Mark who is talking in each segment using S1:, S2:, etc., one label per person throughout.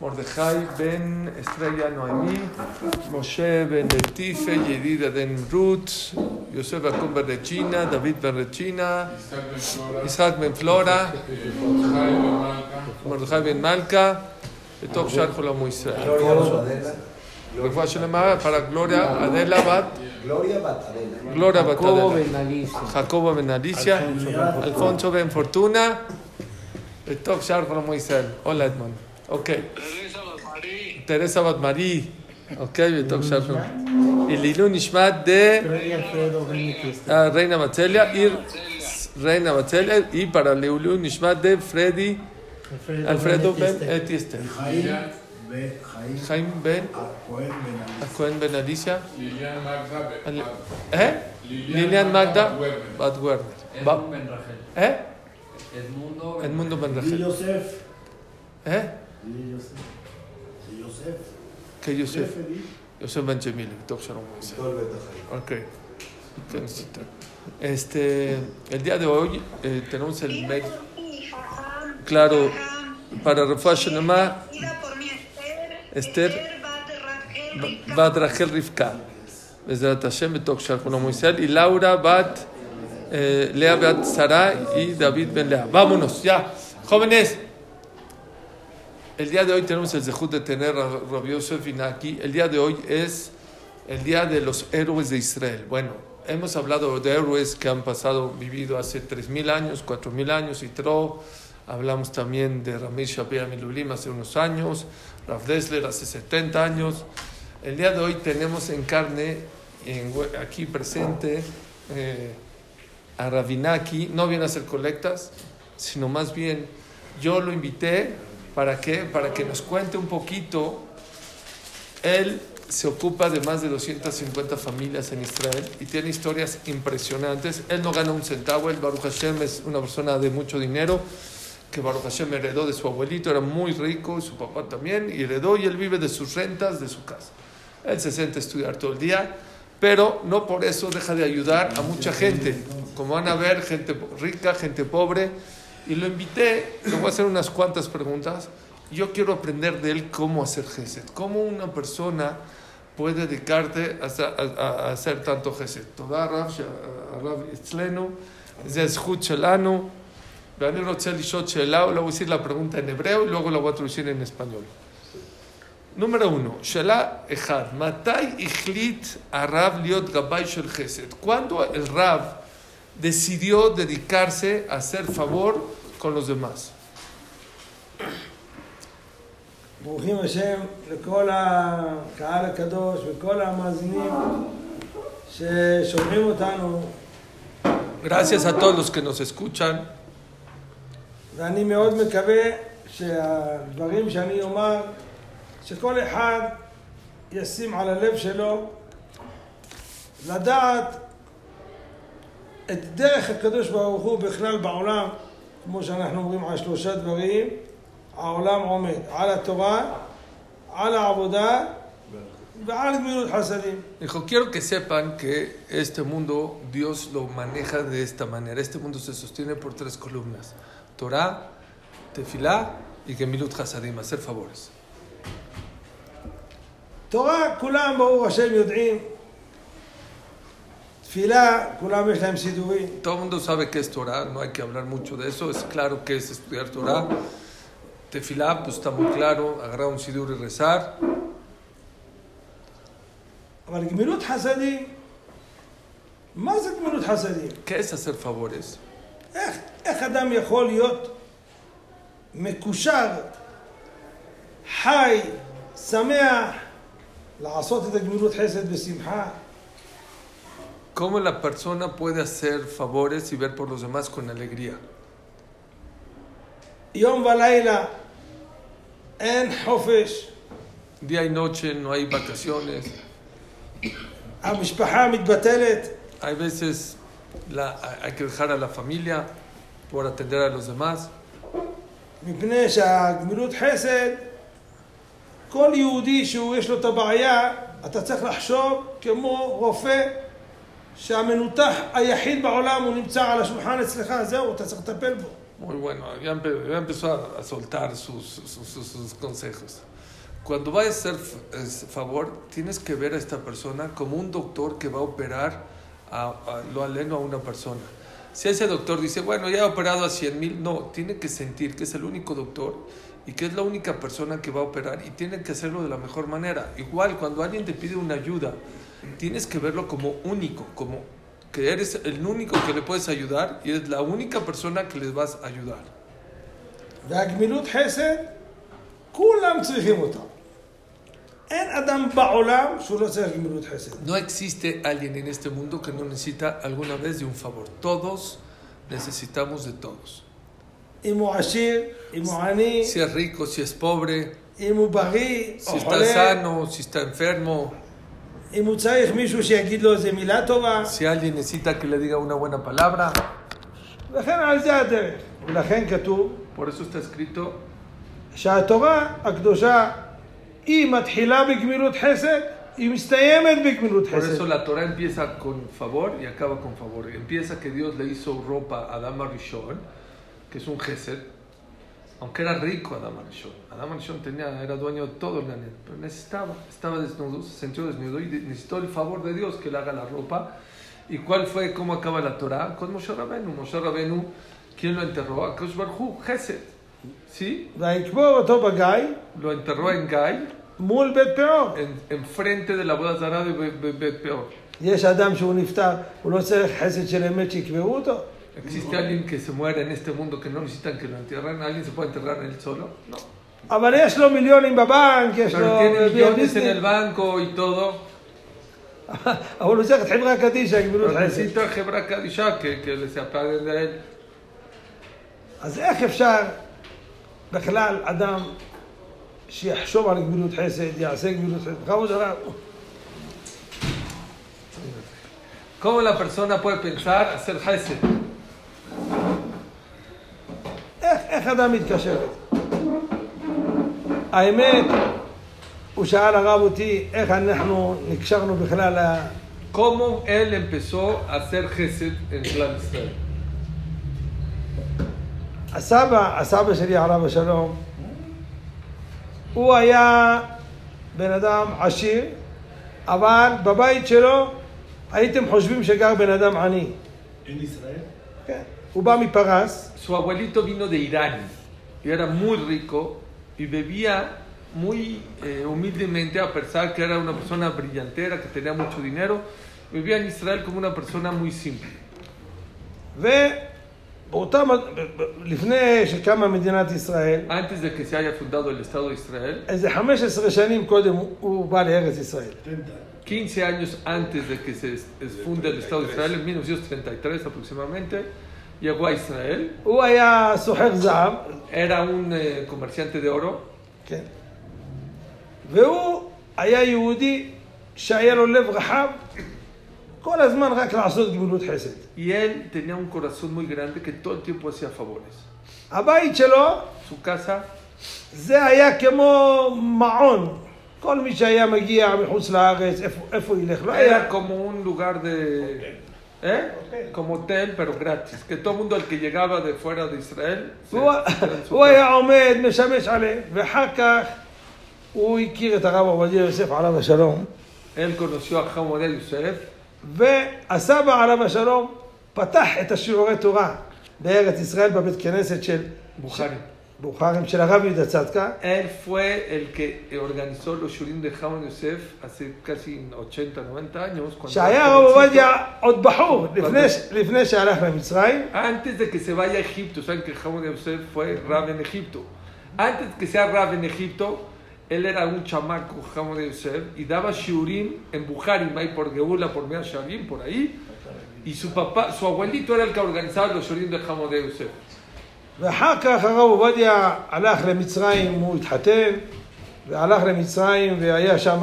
S1: מרדכי בן אסטריה נעמי, משה בן לטיפה, ידידה בן רות, יוסף יעקב בן רג'ינה, דוד בן רג'ינה, יצחק בן פלורה, מרדכי בן מלכה, בתוך שאר חולמו ישראל. רפואה שלמה, פרה גלוריה, אדלה בת,
S2: Gloria Batadena.
S1: גלוריה בת
S3: Jacobo
S1: אדלה,
S3: Benalice,
S1: חכובה בן אליסיה, אלפונצ'ו בן פורטונה, בתוך שאר חולמו ישראל. אולה אדמון. אוקיי.
S4: Teresa Marí,
S1: תרסה בת מארי, אוקיי, וטוב שלנו. לעילוי נשמת דה אה, ריינה מצליה, עיר ריינה מצליה, היא פרה לעילוי נשמת דה פרדי אלפרדו בן אתי אסתר.
S5: חיים וחיים
S1: חיים בן
S5: הכהן בן ארי.
S1: הכהן בן אליסיה,
S6: Lilian Magda Be-
S1: אל- אה? ליליאן מגדה בת ורנר.
S7: Edmundo Ben Rajel.
S1: אה?
S7: Edmundo Ben
S1: אדמונדו בן
S5: לי
S1: רחל.
S5: יוסף.
S1: אה?
S5: לי יוסף. לי יוסף.
S1: כיוסף,
S5: לי.
S1: יוסף בן ג'מילי, טוב שלנו.
S2: Todo el Betahai.
S1: Ok. Entonces, Este, el día de hoy eh, tenemos el mail Claro.
S8: Claro.
S1: para Refuah Shenema Esther.
S8: Esther.
S1: Bat Rachel Rivka, Bezrat Hashem, Betok Shalom Moisés, y Laura Bat eh, Lea Bat Sara y David Ben Lea. Vámonos, ya. Jóvenes, el día de hoy tenemos el zehut de tener a Rabbi Yosef Inaki. El día de hoy es el día de los héroes de Israel. Bueno, hemos hablado de héroes que han pasado, vivido hace 3.000 años, 4.000 años y tro. Hablamos también de Ramir Shapira Milulim hace unos años, Rav Dessler hace 70 años. El día de hoy tenemos en carne, en hue- aquí presente, eh, a Rabinaki. No viene a hacer colectas, sino más bien yo lo invité para que, para que nos cuente un poquito. Él se ocupa de más de 250 familias en Israel y tiene historias impresionantes. Él no gana un centavo, él Baruch Hashem es una persona de mucho dinero que Baruch Hashem heredó de su abuelito, era muy rico, y su papá también, y heredó y él vive de sus rentas, de su casa. Él se siente a estudiar todo el día, pero no por eso deja de ayudar a mucha gente. Como van a ver, gente po- rica, gente pobre, y lo invité, le voy a hacer unas cuantas preguntas. Yo quiero aprender de él cómo hacer Gesed, cómo una persona puede dedicarte a, sa- a- a- a hacer tanto Gesed. Toda Rav, Rav Itzlenu, Zezhut Shelanu, ואני רוצה לשאול שאלה, אולי הוא עושה לה פרגונטה נברהו, לא אולי הוא עושה אין אספניול. נומר אונו, שאלה אחת, מתי החליט הרב להיות גבאי של חסד? כואנדו אל רב decidió dedicarse a hacer favor con los demás.
S9: ברוכים השם לכל הקהל הקדוש וכל המאזינים ששומעים אותנו,
S1: Gracias a todos los que nos escuchan.
S9: ואני מאוד מקווה שהדברים שאני אומר, שכל אחד ישים על הלב שלו לדעת את דרך הקדוש ברוך הוא בכלל בעולם, כמו שאנחנו אומרים על שלושה דברים, העולם עומד, על התורה, על העבודה ועל גמילות חסדים.
S1: Dijo, quiero que sepan que este mundo Dios lo maneja de esta manera. Este mundo se sostiene por tres columnas. Torah, Tefilá y Gemilut Hasadim, hacer favores.
S9: תורה, כולם ברוך השם יודעים. תפילה, כולם יש להם סידורים.
S1: Todo el mundo sabe que es Torah, no hay que hablar mucho de eso, es claro que es estudiar Torah. Tefilá, pues está muy claro, agarrar un sidur y rezar.
S9: אבל גמילות חסדים, מה זה גמילות חסדים?
S1: ¿Qué es hacer favores?
S9: איך, איך אדם יכול להיות מקושר, חי, שמח, לעשות את הגמילות חסד בשמחה?
S1: ¿Cómo la persona puede hacer favores y ver por los demás con alegría?
S9: יום ולילה אין חופש,
S1: Día y noche no hay vacaciones.
S9: המשפחה מתבטלת,
S1: Hay veces la, hay que dejar a la familia por atender a los demás.
S9: מפני שהגמילות חסד, כל יהודי שהוא יש לו את הבעיה, אתה צריך לחשוב כמו רופא שהמנותח היחיד בעולם הוא נמצא על השולחן אצלך, זהו, אתה צריך לטפל בו.
S1: Muy bueno, ya, empe- ya empezó a, a soltar sus, sus- sus- sus consejos. Cuando vayas a hacer f- es- favor, tienes que ver a esta persona como un doctor que va a operar a, a- lo aleno a una persona. Si ese doctor dice, bueno, ya he operado a 100 mil, no, tiene que sentir que es el único doctor y que es la única persona que va a operar y tiene que hacerlo de la mejor manera. Igual, cuando alguien te pide una ayuda, tienes que verlo como único, como que eres el único que le puedes ayudar y eres la única persona que les vas a ayudar.
S9: והגמילות חסד, כולם צריכים אותה. אין אדם בעולם שהוא לא צריך גמילות חסד.
S1: No existe alguien en este mundo que no necesita alguna vez de un favor. Todos necesitamos de todos.
S9: אם הוא עשיר, אם הוא עני,
S1: Si es rico, si es pobre,
S9: אם הוא בריא
S1: si
S9: או
S1: está
S9: חולה,
S1: sano, si está enfermo,
S9: אם הוא צריך מישהו שיגיד לו איזה מילה טובה,
S1: si alguien necesita que le diga una buena palabra.
S9: וכן על זה הדרך. ולכן כתוב
S1: Por eso está escrito,
S9: שהתורה הקדושה היא מתחילה בגמילות חסד, היא מסתיימת בגמילות
S1: por eso
S9: חסד.
S1: la Torah empieza con favor y acaba con favor. Empieza que Dios le hizo ropa a Adam Arishon, que es un gesed, aunque era rico Adam Arishon. Adam Arishon tenía, era dueño de todo el planeta, pero necesitaba, estaba desnudo, se sintió desnudo y de- necesitó el favor de Dios que le haga la ropa. ¿Y cuál fue, cómo acaba la Torah? Con Moshe Rabenu. Moshe Rabenu, ¿quién lo enterró? A Kosh Barhu, gesed. ¿Sí?
S9: ויקבור אותו בגיא
S1: Lo enterró en Gai,
S9: מול בית פאור.
S1: en, enfrente de la boda Zara de Be- Be- Be- Peor.
S9: יש אדם שהוא נפטר, הוא לא צריך חסד של אמת שיקברו אותו?
S1: ¿Existe alguien que se muera en este mundo que no necesitan que lo entierren? ¿Alguien se puede enterrar él solo? No.
S9: אבל יש לו מיליונים בבנק, יש לו...
S1: Pero tiene millones
S9: ביזנס,
S1: en el banco y todo.
S9: אבל הוא צריך את חברה קדישא, גמילות
S1: Pero
S9: חסד.
S1: necesita Hebra Kadisha que, que le se apaguen de él.
S9: אז איך אפשר בכלל אדם שיחשוב על גמילות חסד, יעשה גמילות חסד? בכבוד הרב.
S1: ¿Cómo la persona puede pensar hacer Hesed?
S9: איך, איך אדם מתקשר לזה? האמת, הוא שאל הרב אותי איך אנחנו נקשרנו בכלל ל...
S1: ¿Cómo él empezó a hacer Hesed en Clan Israel?
S9: הסבא, הסבא שלי עליו השלום, הוא היה בן אדם עשיר, אבל בבית שלו הייתם חושבים שגר בן אדם עני.
S5: En Israel.
S9: כן. הוא בא מפרס,
S1: Su abuelito vino de Irán y era muy rico y bebía muy eh, humildemente a pesar que era una persona brillantera, que tenía mucho dinero. Vivía en Israel como una persona muy simple.
S9: ובאותם, לפני שקמה מדינת ישראל,
S1: Antes de que se haya fundado el Estado de Israel,
S9: איזה 15 שנים קודם הוא- הוא בא לארץ ישראל.
S5: 30.
S1: 15 años antes de que se es- es funde el Estado de Israel, en 1933 aproximadamente, llegó a Israel.
S9: הוא היה סוחר זהב,
S1: Era un eh, comerciante de oro
S9: כן. והוא היה יהודי שהיה לו לב רחב, כל הזמן רק לעשות גמילות חסד.
S1: y él tenía un corazón muy grande que todo el tiempo hacía favores.
S9: הבית שלו
S1: Su casa
S9: זה היה כמו מעון. כל מי שהיה מגיע מחוץ לארץ, איפה, איפה ילך? לא
S1: era
S9: היה...
S1: como un lugar de... ¿eh?
S9: Hotel.
S1: Como hotel, pero gratis. Que todo el mundo, el que llegaba de fuera de Israel, se-
S9: הוא,
S1: se quedaba en su
S9: הוא
S1: casa.
S9: היה עומד, משמש עליהם, ואחר כך הוא הכיר את הרב עובדיה יוסף עליו השלום,
S1: Él conoció a Hamoud Yosef.
S9: והסבא עליו השלום פתח את השיעורי תורה בארץ ישראל בבית כנסת של
S1: Buhari.
S9: בוכרים של הרב יהודה צדקה,
S1: Él fue el que organizó los shurim de Haman Yosef hace casi 80, 90 años. cuando
S9: שהיה
S1: era
S9: הרב
S1: jovencito.
S9: עובדיה עוד בחור לפני, ש- לפני שהלך למצרים,
S1: Antes de que se vaya a Egipto, saben que Haman Yosef fue rab en Egipto. Antes que sea rab en Egipto, él era un chamaco, Haman Yosef, y daba shurim en Buharim, ahí por Geula, por Mea Sharim, por ahí. Y su papá, su abuelito era el que organizaba los shurim de Haman Yosef.
S9: ואחר כך הרב עובדיה הלך למצרים, הוא התחתן, והלך למצרים והיה שם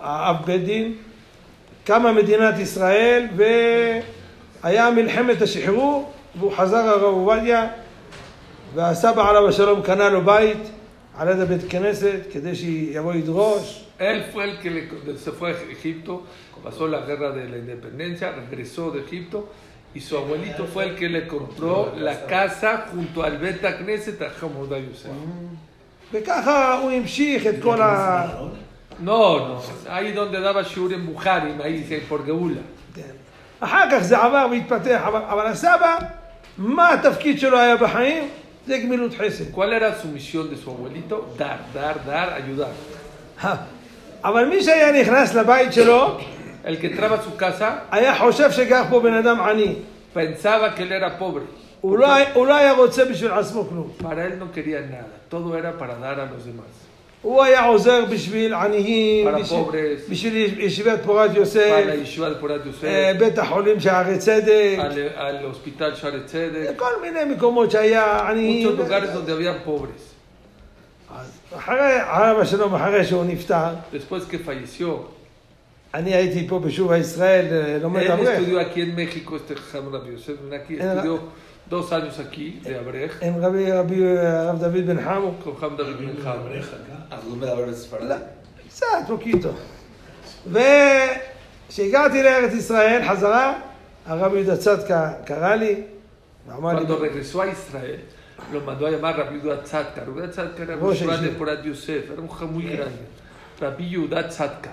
S9: האב בית דין, קמה מדינת ישראל והיה מלחמת השחרור, והוא חזר הרב עובדיה, והסבא עליו השלום קנה לו בית על יד הבית כנסת כדי שיבוא ידרוש,
S1: Él fue el que le- se fue a Egipto, pasó la guerra de la independencia, regresó de Egipto y su abuelito fue el que le compró la casa junto al Beta Knesset a Hamoda Yosef.
S9: וככה הוא המשיך את כל ה...
S1: No, no, ahí donde daba Shur en Bujarim, ahí dice por Geula.
S9: כן. אחר כך זה עבר והתפתח, אבל, אבל הסבא, מה התפקיד שלו היה בחיים? זה גמילות חסד.
S1: ¿Cuál era su misión de su abuelito? Dar, dar, dar, ayudar.
S9: אה, אבל מי שהיה נכנס לבית שלו,
S1: El que entraba a su casa
S9: היה חושב שגר פה בן אדם עני.
S1: pensaba que él era pobre.
S9: הוא לא, היה- הוא לא היה רוצה בשביל עצמו כלום.
S1: Para él no quería nada, todo era para dar a los demás.
S9: הוא היה עוזר בשביל עניים,
S1: Para
S9: בשביל-
S1: pobres.
S9: בשביל יש- ישיבת פורת יוסף,
S1: Para la Yeshua de Porat
S9: אה,
S1: Yosef,
S9: בית החולים שערי צדק,
S1: al, al hospital Share Tzedek,
S9: כל מיני מקומות שהיה עניים.
S1: muchos lugares donde había pobres.
S9: אז אחרי, עליו השלום, אחרי שהוא נפטר,
S1: Después que falleció,
S9: אני הייתי פה בשוב הישראל, אה, לומד
S1: él
S9: אברך.
S1: estudió aquí en México, este Ham Rabbi Yosef Menaki,
S9: Era-
S1: estudió dos años aquí de Abrej
S9: עם רבי, רבי, הרב דוד בן חמו,
S1: con Ham David Ben Ham.
S4: Ah,
S2: אז הוא מדבר בספרדית.
S9: קצת, מוקיטו. וכשהגעתי לארץ ישראל, חזרה, הרב יהודה צדקה קרא לי, ואמר לי,
S1: Cuando regresó a Israel, lo mandó a llamar Rabbi Yudá Tzadka. Rabbi Yudá Tzadka era
S9: Vos,
S1: muy grande
S9: Oh, sí.
S1: por Yosef, era un jam muy grande. Rabbi Yudá Tzadka.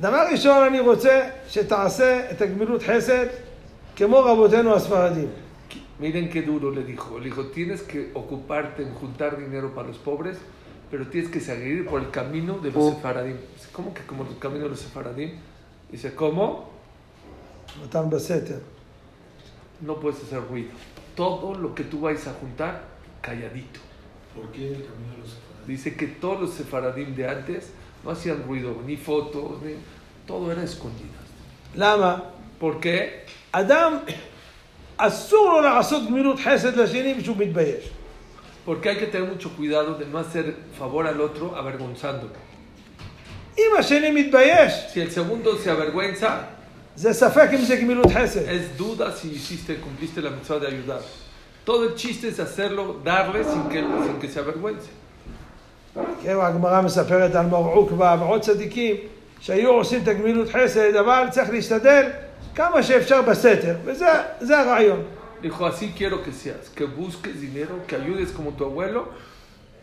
S9: דבר ראשון, אני רוצה שתעשה את הגמילות חסד כמו רבותינו הספרדים.
S1: Miren qué duro le dijo. Le dijo, tienes que ocuparte en juntar dinero para los pobres, pero tienes que seguir por el camino de los sefaradim. Dice, ¿Cómo que como el camino de los sefaradim? Dice, ¿cómo?
S9: אותם בסתר.
S1: No puedes hacer ruido. Todo lo que tú vais a juntar, calladito.
S5: ¿Por qué el camino de los separados?
S1: Dice que todos los sefaradim de antes no hacían ruido, ni fotos, ni... Todo era escondido.
S9: למה?
S1: ¿Por qué?
S9: אדם, אסור לו לעשות גמילות חסד לשני כשהוא מתבייש.
S1: Porque hay que tener mucho cuidado de no hacer favor al otro avergonzándolo.
S9: אם השני מתבייש,
S1: Si el segundo se avergüenza,
S9: זה ספק אם זה גמילות חסד.
S1: es duda si hiciste, cumpliste la mitzvah de ayudar. Todo el chiste es hacerlo, darle sin que, sin que se avergüence.
S9: כן, הגמרא מספרת על מר עוקבא ועוד צדיקים שהיו עושים את הגמילות חסד, אבל צריך להשתדל כמה שאפשר בסתר, וזה זה הרעיון.
S1: Dijo, así quiero que seas, que busques dinero, que ayudes como tu abuelo.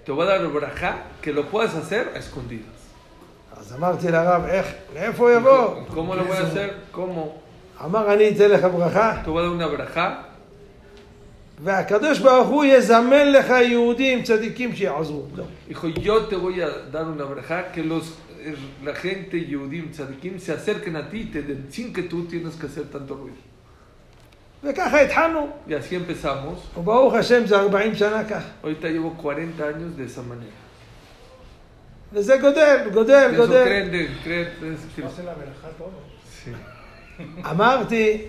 S1: Te voy a dar el brajá, que lo puedas hacer a escondidas.
S9: אז אמרתי לרב, איך, מאיפה הוא יבוא?
S1: Dijo, ¿Cómo lo voy a hacer? ¿Cómo?
S9: אמר, אני אתן לך ברכה,
S1: Te voy a dar una brajá
S9: והקדוש ברוך הוא יזמן לך יהודים צדיקים שיעזרו. לא.
S1: Dijo, yo te voy a dar una brajá que los, eh, la gente Yehudim, Tzadikim, se acerquen a ti y te den, sin que tú tienes que hacer tanto ruido.
S9: וככה התחלנו,
S1: Y así empezamos.
S9: וברוך השם זה 40 שנה כך.
S1: Ahorita llevo 40 años de esa manera.
S9: וזה גודל, גודל,
S1: Eso
S9: גודל.
S1: creen, de- creen, de- sí.
S5: la verajá todo.
S1: Sí.
S9: אמרתי,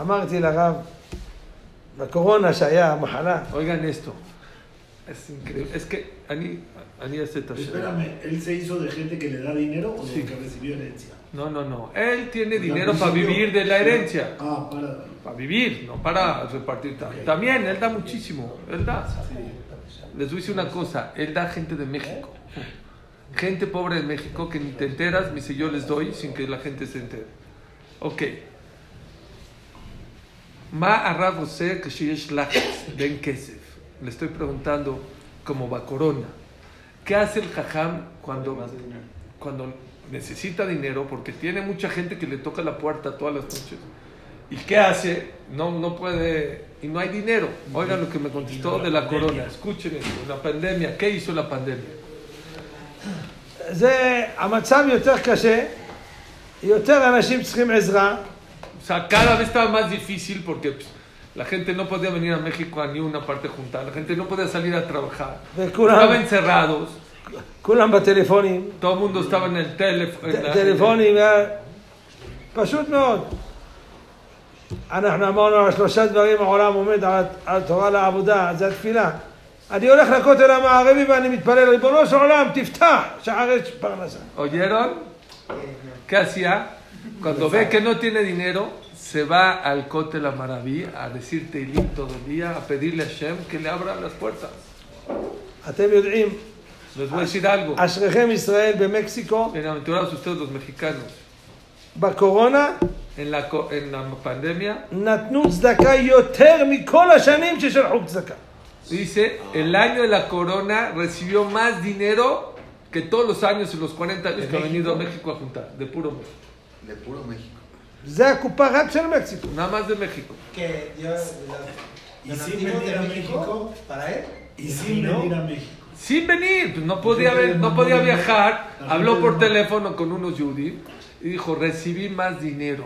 S9: אמרתי לרב, בקורונה שהיה המחלה,
S1: Oigan esto. Es increíble. Es que Ani, Ani hace taller.
S5: Espérame, ¿él se hizo de gente que le da dinero o de
S1: Sí.
S5: que recibió herencia?
S1: No, no, no. Él tiene
S5: Al
S1: dinero para
S5: principio-
S1: vivir de la herencia.
S5: Ah, para.
S1: Para vivir, no para repartir. ta- También, él da muchísimo. Él da. Les voy a decir una cosa. Él da gente de México. Gente pobre de México que ni te enteras, me dice yo les doy sin que la gente se entere. Ok. Ma הרב עושה כשיש לחץ בין כסף? Le estoy preguntando, como va corona. ¿Qué hace el jajam cuando, cuando necesita dinero? Porque tiene mucha gente que le toca la puerta todas las noches. ¿Y qué hace? No, no puede, y no hay dinero. Oigan lo que me contestó de la corona. Escuchen esto, la pandemia. ¿Qué hizo la pandemia?
S9: זה, המצב יותר קשה, יותר אנשים צריכים עזרה,
S1: O sea, cada vez estaba más difícil porque pues, la gente no podía venir a México a ni una parte juntada, la gente no podía salir a trabajar, estaban
S9: וכולם
S1: encerrados,
S9: כולם בטלפונים,
S1: todo el mundo estaba en el teléfono.
S9: ט- טלפונים, אה, פשוט מאוד. אנחנו אמרנו על שלושה דברים העולם עומד על, על תורה לעבודה, זה התפילה. אני הולך לכותל המערבי ואני מתפלל, ריבונו של עולם, תפתח שערי פרנסה.
S1: ¿Oyeron? ¿Qué hacía? Cuando ve que no tiene dinero, se va al Cote la Maravilla a decir Teilim todo el día, a pedirle a Shem que le abra las puertas.
S9: אתם יודעים,
S1: Les voy a decir algo.
S9: אשריכם ישראל במקסיקו,
S1: Bienaventurados ustedes los mexicanos.
S9: בקורונה,
S1: En la, co- en la pandemia,
S9: נתנו צדקה יותר מכל השנים ששלחו צדקה.
S1: dice, el año de la corona recibió más dinero que todos los años en los 40 años que ha venido a México a juntar, de puro México.
S2: De puro México.
S9: זה הקופה רק של מקסיקו.
S1: Nada más de México.
S3: que dio
S5: ¿Y sin venir a México?
S3: para él.
S5: Y sin
S3: no?
S5: venir a México.
S1: Sin venir, pues no podía, ver- no podía viajar. Habló por teléfono con unos Yudi y dijo: Recibí más dinero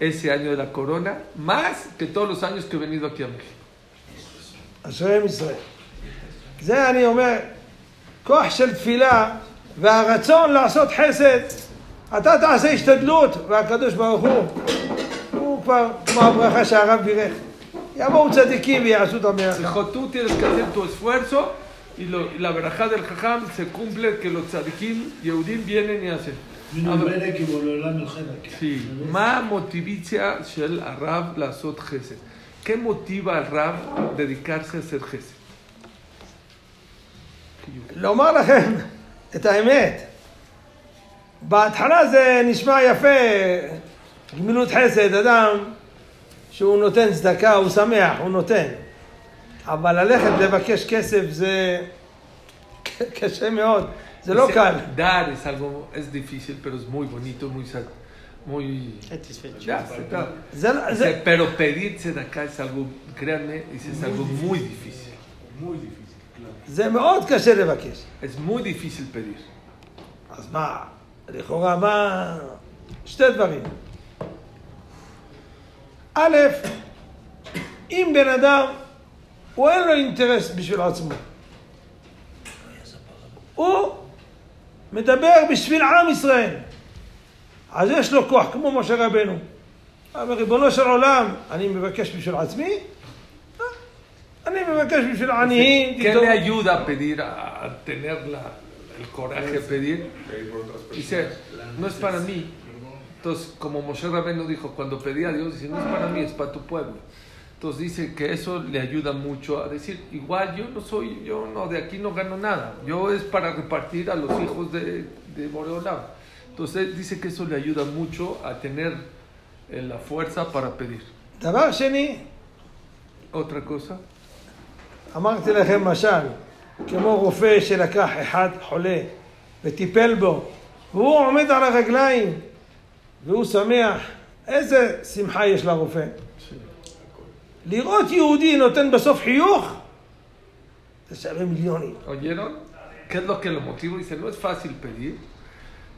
S1: ese año de la corona, más que todos los años que he venido aquí a México.
S9: אשריהם ישראל. זה אני אומר, כוח של תפילה והרצון לעשות חסד. אתה תעשה השתדלות, והקדוש ברוך הוא, הוא כבר כמו הברכה שהרב בירך. יבואו צדיקים ויעשו את המלאכה.
S1: Dijo: Tú tienes que hacer tu esfuerzo y, lo- y la verajá del jajam se cumple que los tzadikim Yehudim vienen y hacen.
S5: מן אומרת כי בולעולם מלחמת.
S1: Sí. Ma motivicia shel Arab lazot gesed. ¿Qué motiva al Rab dedicarse a ser gesed?
S9: לומר לכם את האמת, בהתחלה זה נשמע יפה, גמילות חסד, אדם שהוא נותן צדקה, הוא שמח, הוא נותן. אבל ללכת לבקש כסף זה ק- קשה מאוד, זה לא
S1: Dice,
S9: קל.
S1: Dar es algo, es difícil, pero es muy bonito, muy... sat- muy ya, aceptado.
S9: זה, לא-
S1: Dice,
S9: זה,
S1: pero pedirse de acá es algo, créanme, dice, es algo muy difícil.
S9: זה מאוד קשה לבקש.
S1: Es muy difícil pedir.
S9: אז מה, לכאורה מה... שתי דברים. א', אם בן אדם, הוא אין לו אינטרס בשביל עצמו. הוא מדבר בשביל עם ישראל. אז יש לו כוח, כמו משה רבנו. אבל ריבונו של עולם, אני מבקש בשביל עצמי? לא. אני מבקש בשביל עניים,
S1: ¿Qué
S9: תיתנו.
S1: le ayuda a pedir, a, a tener la- el coraje de pedir? Dice, no es para mí. Entonces, como Moshe Rabén lo dijo, cuando pedía a Dios, dice, no es para mí, es para tu pueblo. Entonces dice que eso le ayuda mucho a decir, igual yo no soy, yo no, de aquí no gano nada. Yo es para repartir a los hijos de, de Boreolam. Entonces dice que eso le ayuda mucho a tener eh, la fuerza para pedir.
S9: דבר שני,
S1: Otra cosa,
S9: אמרתי לכם משל, כמו רופא שלקח אחד חולה וטיפל בו, והוא עומד על הרגליים והוא שמח, איזה שמחה יש לרופא. לראות יהודי נותן בסוף חיוך, זה שווה מיליונים.
S1: ¿oyeron? ¿Qué es lo que lo motiva? Dice, no es fácil pedir,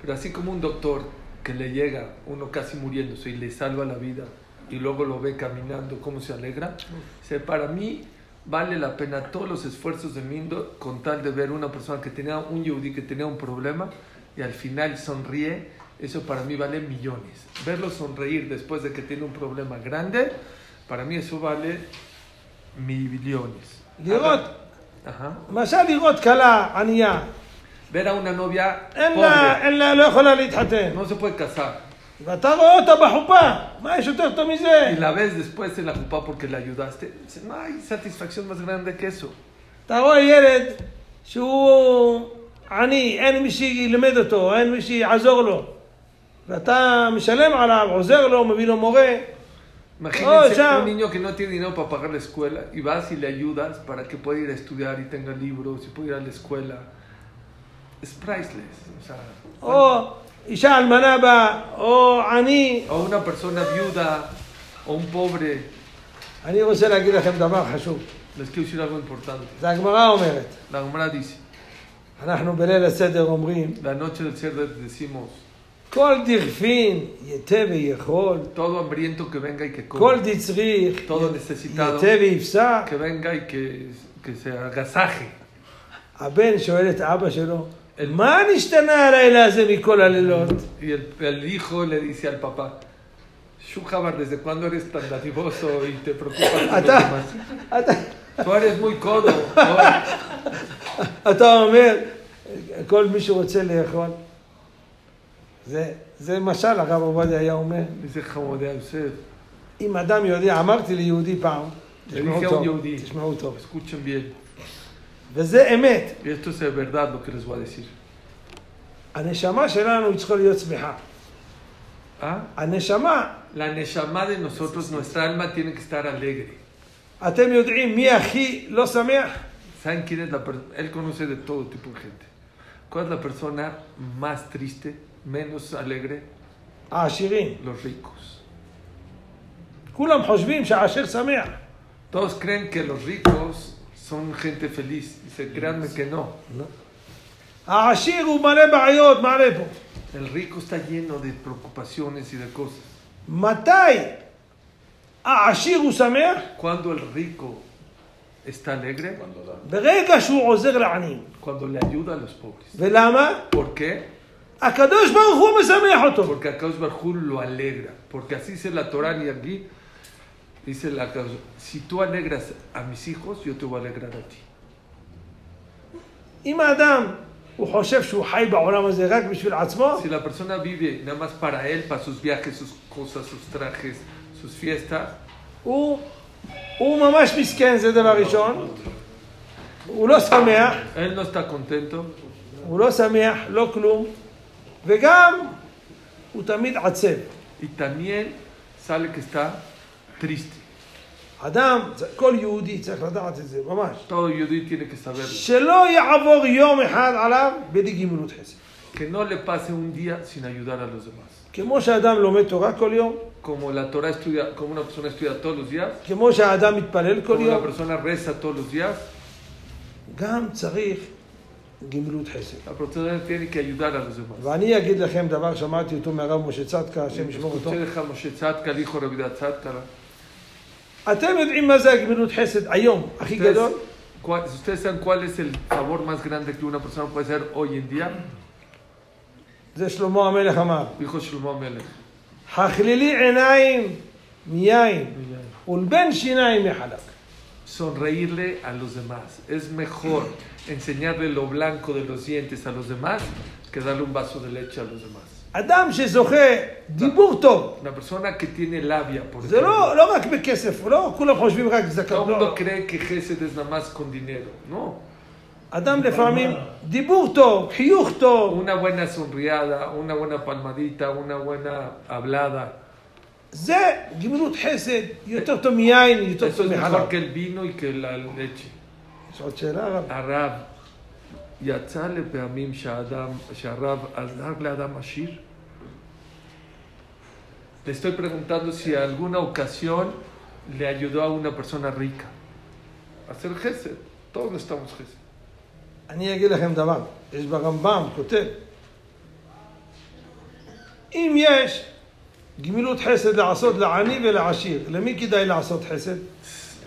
S1: pero así como un doctor que le llega uno casi muriéndose y le salva la vida y luego lo ve caminando, cómo se alegra, dice, para mí vale la pena todos los esfuerzos de Mindo con tal de ver una persona que tenía un yudí, que tenía un problema y al final sonríe, eso para mí vale millones. Verlo sonreír después de que tiene un problema grande, para mí eso vale millones.
S9: לראות,
S1: Ajá.
S9: למשל לראות כלה ענייה,
S1: Ver a una novia
S9: אין לה,
S1: pobre,
S9: אין לה, לא יכולה להתחתן,
S1: no se puede casar.
S9: ואתה רואה אותה בחופה, מה יש יותר טוב מזה?
S1: Y la ves después en la jupa porque la ayudaste. Dice, No hay satisfacción más grande que eso.
S9: אתה רואה ילד שהוא עני, אין מי שילמד אותו, אין מי שיעזור לו. ואתה משלם עליו, עוזר לו, מביא לו מורה.
S1: Imagínense
S9: Oh, ya.
S1: un niño que no tiene dinero para pagar la escuela y vas y le ayudas para que pueda ir a estudiar y tenga libros y pueda ir a la escuela. Es priceless. O, sea,
S9: או אישה אלמנה באה, או עני.
S1: o una persona viuda o un pobre.
S9: אני רוצה להגיד לכם דבר חשוב.
S1: Les quiero decir algo importante.
S9: זה הגמרא אומרת.
S1: La Gemara dice,
S9: אנחנו בליל הסדר אומרים,
S1: la noche del cerdo decimos,
S9: כל דכפין יתה ויכול,
S1: todo hambriento que venga y que coma.
S9: כל דצריך
S1: Todo necesitado.
S9: יתה ויפסע.
S1: que venga y que, que se agasaje.
S9: הבן שואל את אבא שלו, מה נשתנה הלילה הזה מכל הלילות?
S1: Y el, el hijo le dice al papá, Shujabar, ¿desde cuándo eres tan dadivoso y te preocupas por los
S9: אתה-
S1: demás? Tú eres muy codo. ¿no?
S9: אתה אומר, כל מי שרוצה לאכול, זה, זה משל, הרב עובדיה היה אומר,
S1: Dice Jamodea Yosef.
S9: אם אדם יודע, אמרתי ליהודי פעם,
S1: למי
S9: תשמעו
S1: שהוא
S9: טוב,
S1: יהודי.
S9: תשמעו טוב,
S1: Escuchen bien.
S9: וזה אמת,
S1: Y esto es de verdad lo que les voy a decir.
S9: הנשמה שלנו צריכה להיות שמחה,
S1: ¿Ah?
S9: הנשמה,
S1: La neshama de nosotros, nuestra alma, tiene que estar alegre.
S9: אתם יודעים מי הכי לא שמח?
S1: ¿Saben quién es la persona? Él conoce de todo tipo de gente. ¿Cuál es la persona más triste, menos alegre?
S9: העשירים,
S1: Los ricos.
S9: כולם חושבים שהעשיר שמח,
S1: Todos creen que los ricos son gente feliz. Dice, créanme que no.
S9: העשיר הוא מלא בעיות, מעלה פה,
S1: El rico está lleno de preocupaciones y de cosas.
S9: מתי העשיר הוא שמח?
S1: Cuando el rico está alegre,
S2: Cuando da.
S9: ברגע שהוא עוזר לעניים,
S1: cuando le ayuda a los pobres.
S9: ולמה?
S1: ¿Por qué?
S9: הקדוש ברוך הוא משמח אותו.
S1: Porque Akadosh Barjú lo alegra. Porque así dice la Torah y aquí dice la Akadosh, si tú alegras a mis hijos, yo te voy a alegrar a ti.
S9: אם האדם, הוא חושב שהוא חי בעולם הזה רק בשביל עצמו,
S1: Si la persona vive nada más para él, para sus viajes, sus cosas, sus trajes, sus fiestas,
S9: הוא, הוא ממש מסכן, זה דבר ראשון. הוא לא שמח,
S1: él no está contento,
S9: הוא לא שמח, לא כלום. וגם, הוא תמיד עצב.
S1: y también sale que está triste.
S9: אדם, צ- כל יהודי צריך לדעת את זה, ממש.
S1: Todo Yudí tiene que saberlo.
S9: שלא יעבור יום אחד עליו בלי גמילות חסד.
S1: Que no le pase un día sin ayudar a los demás.
S9: כמו שאדם לומד תורה כל יום,
S1: Como la Torah estudia, como una persona estudia todos los días,
S9: כמו שהאדם מתפלל כל
S1: como la
S9: יום,
S1: persona reza todos los días,
S9: גם צריך גמילות חסד.
S1: la persona tiene que ayudar a los demás.
S9: ואני אגיד לכם דבר שאמרתי אותו מהרב משה צדקה, השם ישמור אותו.
S1: Usted deja Moshe Tzadka, el hijo de Rabbi Tzadka.
S9: אתם יודעים מה זה הגמילות חסד היום, הכי גדול?
S1: Ustedes, ¿cuál- ¿Ustedes saben cuál es el favor más grande que una persona puede hacer hoy en día?
S9: זה שלמה המלך אמר,
S1: Dijo Shlomo Amelech.
S9: הכלילי עיניים מיין ולבין שיניים מחלק.
S1: Sonreírle a los demás. Es mejor enseñarle lo blanco de los dientes a los demás que darle un vaso de leche a los demás.
S9: אדם שזוכה דיבור טוב,
S1: Una persona que tiene labia, por
S9: זה
S1: ejemplo.
S9: לא, לא רק בכסף, לא, כולם חושבים רק
S1: Todo
S9: זכאות,
S1: el mundo
S9: לא.
S1: cree que Gesed es nada más con dinero. No.
S9: אדם לפעמים דיבור טוב, חיוך טוב,
S1: Una buena sonriada, una buena palmadita, una buena hablada.
S9: זה גמילות חסד יותר טוב מיין, יותר
S1: Eso
S9: טוב
S1: es mejor
S9: מחלק.
S1: que el vino y que la leche.
S9: יש עוד שאלה רב?
S1: הרב, יצא לפעמים שהאדם, שהרב עזר לאדם עשיר? Le estoy preguntando si alguna ocasión le ayudó a una persona rica. a Hacer gesed. Todos necesitamos gesed.
S9: אני אגיד לכם דבר, יש ברמב"ם, כותב, אם יש גמילות חסד לעשות לעני ולעשיר, למי כדאי לעשות חסד?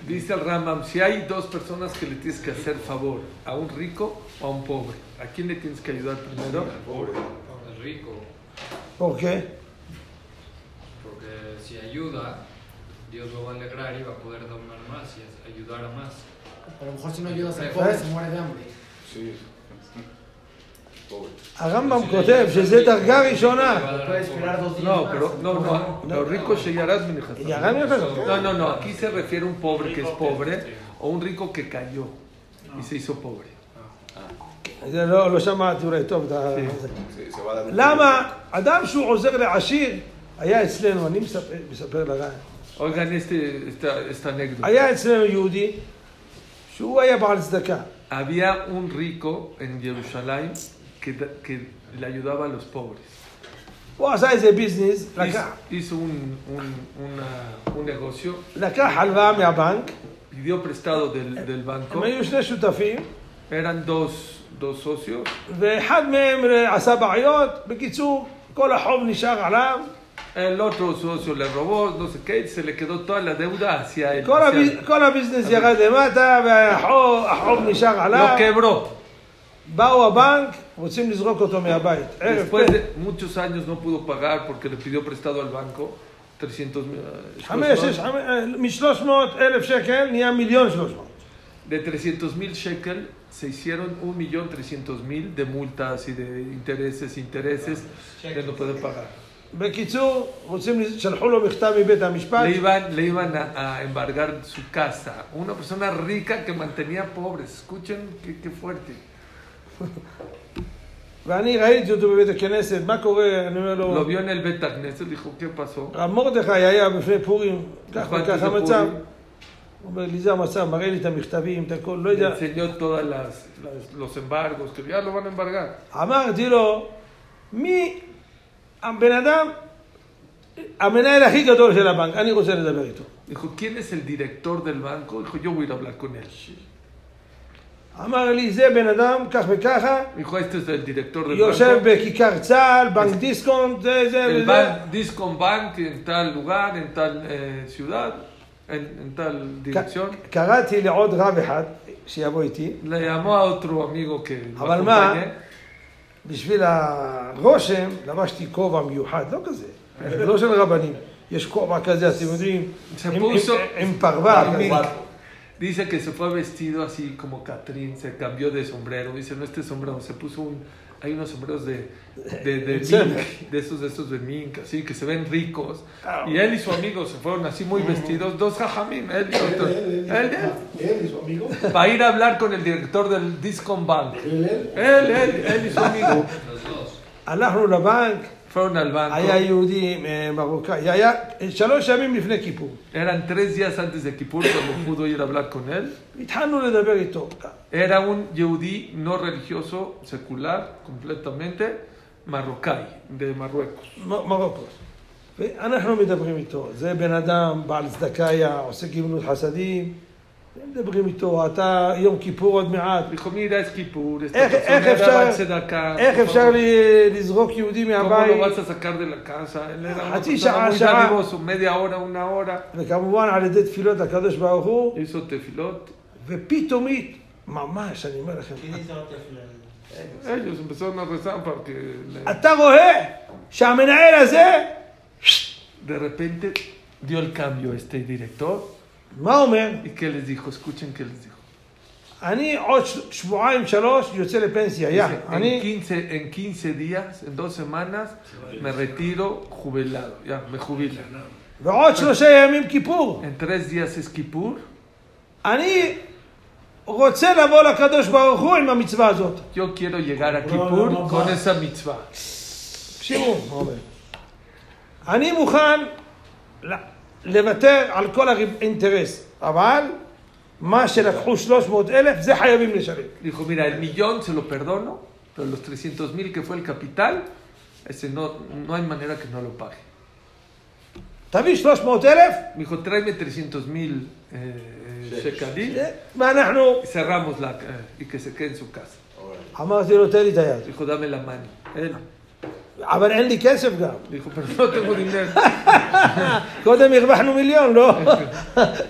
S1: Dice el Rambam, si hay dos personas que le tienes que hacer favor, a un rico o a un pobre, ¿a quién le tienes que ayudar primero?
S7: Es rico,
S9: אוקיי?
S7: porque si ayuda, Dios lo va a alegrar y va a poder donar más y es- ayudar a más.
S3: A lo mejor si no ayudas al pobre se muere de hambre.
S2: Sí. Pobre.
S9: הרמב"ם כותב שזה דרגה
S7: Va
S9: ראשונה.
S7: a dar al
S3: Puedes
S7: pobre.
S3: esperar dos días.
S1: No,
S3: más.
S1: pero no, no, los ricos llegarás, mi hija.
S9: ירד ממנו.
S1: No, no, no, aquí se refiere a un pobre que es pobre o un rico que cayó y se hizo pobre.
S9: זה לא, לא שמעתי אולי טוב את ה...
S1: כן.
S2: Sí, se va a dar un-
S9: למה אדם שהוא עוזר לעשיר, היה אצלנו, אני מספר, מספר לרב,
S1: Oigan este, esta, esta anécdota.
S9: היה אצלנו יהודי שהוא היה בעל צדקה.
S1: Había un rico en Jerusalén que, da- que le ayudaba a los pobres.
S9: הוא עשה איזה ביזנס,
S1: Hizo,
S9: לקח,
S1: hizo un, un- una- un negocio,
S9: לקח הלוואה מהבנק,
S1: pidió prestado del, del
S9: הם
S1: banco.
S9: היו שני שותפים,
S1: Eran dos, dos socios.
S9: ואחד מהם עשה בעיות, בקיצור, כל החוב נשאר עליו,
S1: El otro socio le robó, no sé qué, y se le quedó toda la deuda hacia él.
S9: כל,
S1: hacia él.
S9: הביז, כל הביזנס ירד למטה, והחוב החוב נשאר
S1: Lo
S9: עליו,
S1: quebró.
S9: באו הבנק, רוצים לזרוק אותו מהבית. ערב
S1: Después
S9: פסח.
S1: de muchos años no pudo pagar porque le pidió prestado al banco. eh, 300 מ- אה,
S9: כן. חמש,
S1: 300,
S9: שש, חמש, אה, משלוש מאות אלף שקל נהיה מיליון שלוש מאות.
S1: De 300 mil shekel se hicieron 1.300.000 de multas y de intereses, intereses que no pueden pagar.
S9: בקיצור, רוצים, לז- שלחו לו מכתב מבית המשפט,
S1: Le iban, le iban a, a embargar su casa. Una persona rica que mantenía pobres. Escuchen qué, qué fuerte.
S9: ואני ראיתי אותו בבית הכנסת, מה קורה? אני אומר לו,
S1: Lo vio en el Betagnes, dijo, ¿qué pasó?
S9: רב מרדכי היה בפני פורים, כך
S1: Dijo, antes
S9: וכך
S1: de
S9: המצב.
S1: Purim,
S9: הוא אומר לי, זה המצב, מראה לי את המכתבים, את הכל, לא
S1: le
S9: יודע.
S1: enseñó todos las, las- los embargos, que ya lo van a embargar.
S9: אמרתי לו, מי הבן אדם, המנהל הכי גדול של הבנק, אני רוצה לדבר איתו.
S1: Dijo, ¿quién es el director del banco? Dijo, yo voy a ir a hablar con él.
S9: אמר לי, זה בן אדם, כך וככה,
S1: Dijo, este es el director del
S9: יושב
S1: banco.
S9: בכיכר צה"ל, בנק דיסקונט, זה, זה
S1: El
S9: וזה.
S1: ban- Discount Bank en tal lugar, en tal eh, ciudad, en, en tal dirección.
S9: ק- קראתי לעוד רב אחד, שיבוא איתי,
S1: Le llamó a otro amigo que lo
S9: אבל מה?
S1: acompañe.
S9: בשביל הרושם, לבשתי כובע מיוחד, לא כזה, לא של רבנים. יש כובע כזה, אתם יודעים, עם- עם-
S1: שפוסו-
S9: עם פרווה.
S1: עם-
S9: כזה.
S1: Dice que se fue vestido así como Catrín, se cambió de sombrero. Dice, no este sombrero, se puso un... Hay unos sombreros de, de, de
S9: ¿En serio?
S1: mink, de esos, de esos de mink, así que se ven ricos. Y él y su amigo se fueron así muy vestidos, dos jajamim, él y otro. Mm. Él, él.
S5: Él y su amigo.
S1: Para ir a hablar con el director del Discount Bank.
S5: Él, él.
S1: Él, él, él y su amigo
S7: Los dos.
S9: הלכנו לבנק,
S1: fueron al
S9: היה
S1: banco.
S9: יהודי אה, מרוקאי, היה שלוש ימים לפני כיפור.
S1: Eran tres días antes de Kippur cuando pudo ir a hablar con él.
S9: התחלנו לדבר איתו. אה,
S1: Era un yehudí no religioso, secular, completamente, marrocay, de Marruecos.
S9: מ- מרוקו. ואנחנו מדברים איתו, זה בן אדם, בעל צדקה היה, עושה גמילות חסדים, מדברים איתו, אתה יום כיפור עוד מעט,
S1: Dijo, mira, es Kippur, esta
S9: איך,
S1: persona
S9: איך
S1: era
S9: אפשר,
S1: Batzedakah,
S9: איך
S1: por
S9: אפשר
S1: favor,
S9: ל- לזרוק יהודי
S1: ¿Cómo lo
S9: מהבית?
S1: vas a sacar de la casa? Él era una
S9: Así
S1: persona
S9: ya-
S1: muy
S9: ya-
S1: dadivoso, media hora, una hora.
S9: וכמובן על ידי תפילות הקדוש ברוך הוא,
S1: Hizo tefilot.
S9: ופתאומית, ממש, אני אומר לכם,
S1: Ellos empezaron a rezar para que... le-
S9: אתה רואה שהמנהל הזה,
S1: De repente dio el cambio este director.
S9: מה אומר?
S1: ¿Y qué les dijo? Escuchen qué les dijo.
S9: אני עוד ש- שבועיים שלוש יוצא לפנסיה, יא,
S1: Dice, en,
S9: אני,
S1: 15, en 15 días, en dos semanas, me retiro jubilado. Ya, me jubilo.
S9: ועוד שלושה ימים כיפור,
S1: En tres días es Kippur.
S9: אני רוצה לבוא לקדוש ברוך הוא עם המצווה הזאת.
S1: Yo quiero llegar a
S5: No,
S1: Kippur
S5: no, no,
S1: con
S5: va.
S1: esa mitzvah.
S9: תקשיבו, מה אומר. אני מוכן ל- לוותר על כל האינטרס, אבל מה שלקחו 300 אלף, זה חייבים לשלם.
S1: Dijo, mira, el millón se lo perdono, pero los 300 mil que fue el capital, ese no, no hay manera que no lo pague.
S9: תביא 300 אלף,
S1: Me dijo, tráeme 300 mil shekalí
S9: ואנחנו...
S1: y cerramos la, eh, y que se quede en su casa.
S2: Órale.
S9: אמרתי לו, תן לי את היד.
S1: Dijo, dame la mano. Él
S9: אבל אין לי כסף גם.
S1: dijo, pero no tengo dinero.
S9: קודם הרווחנו מיליון, לא?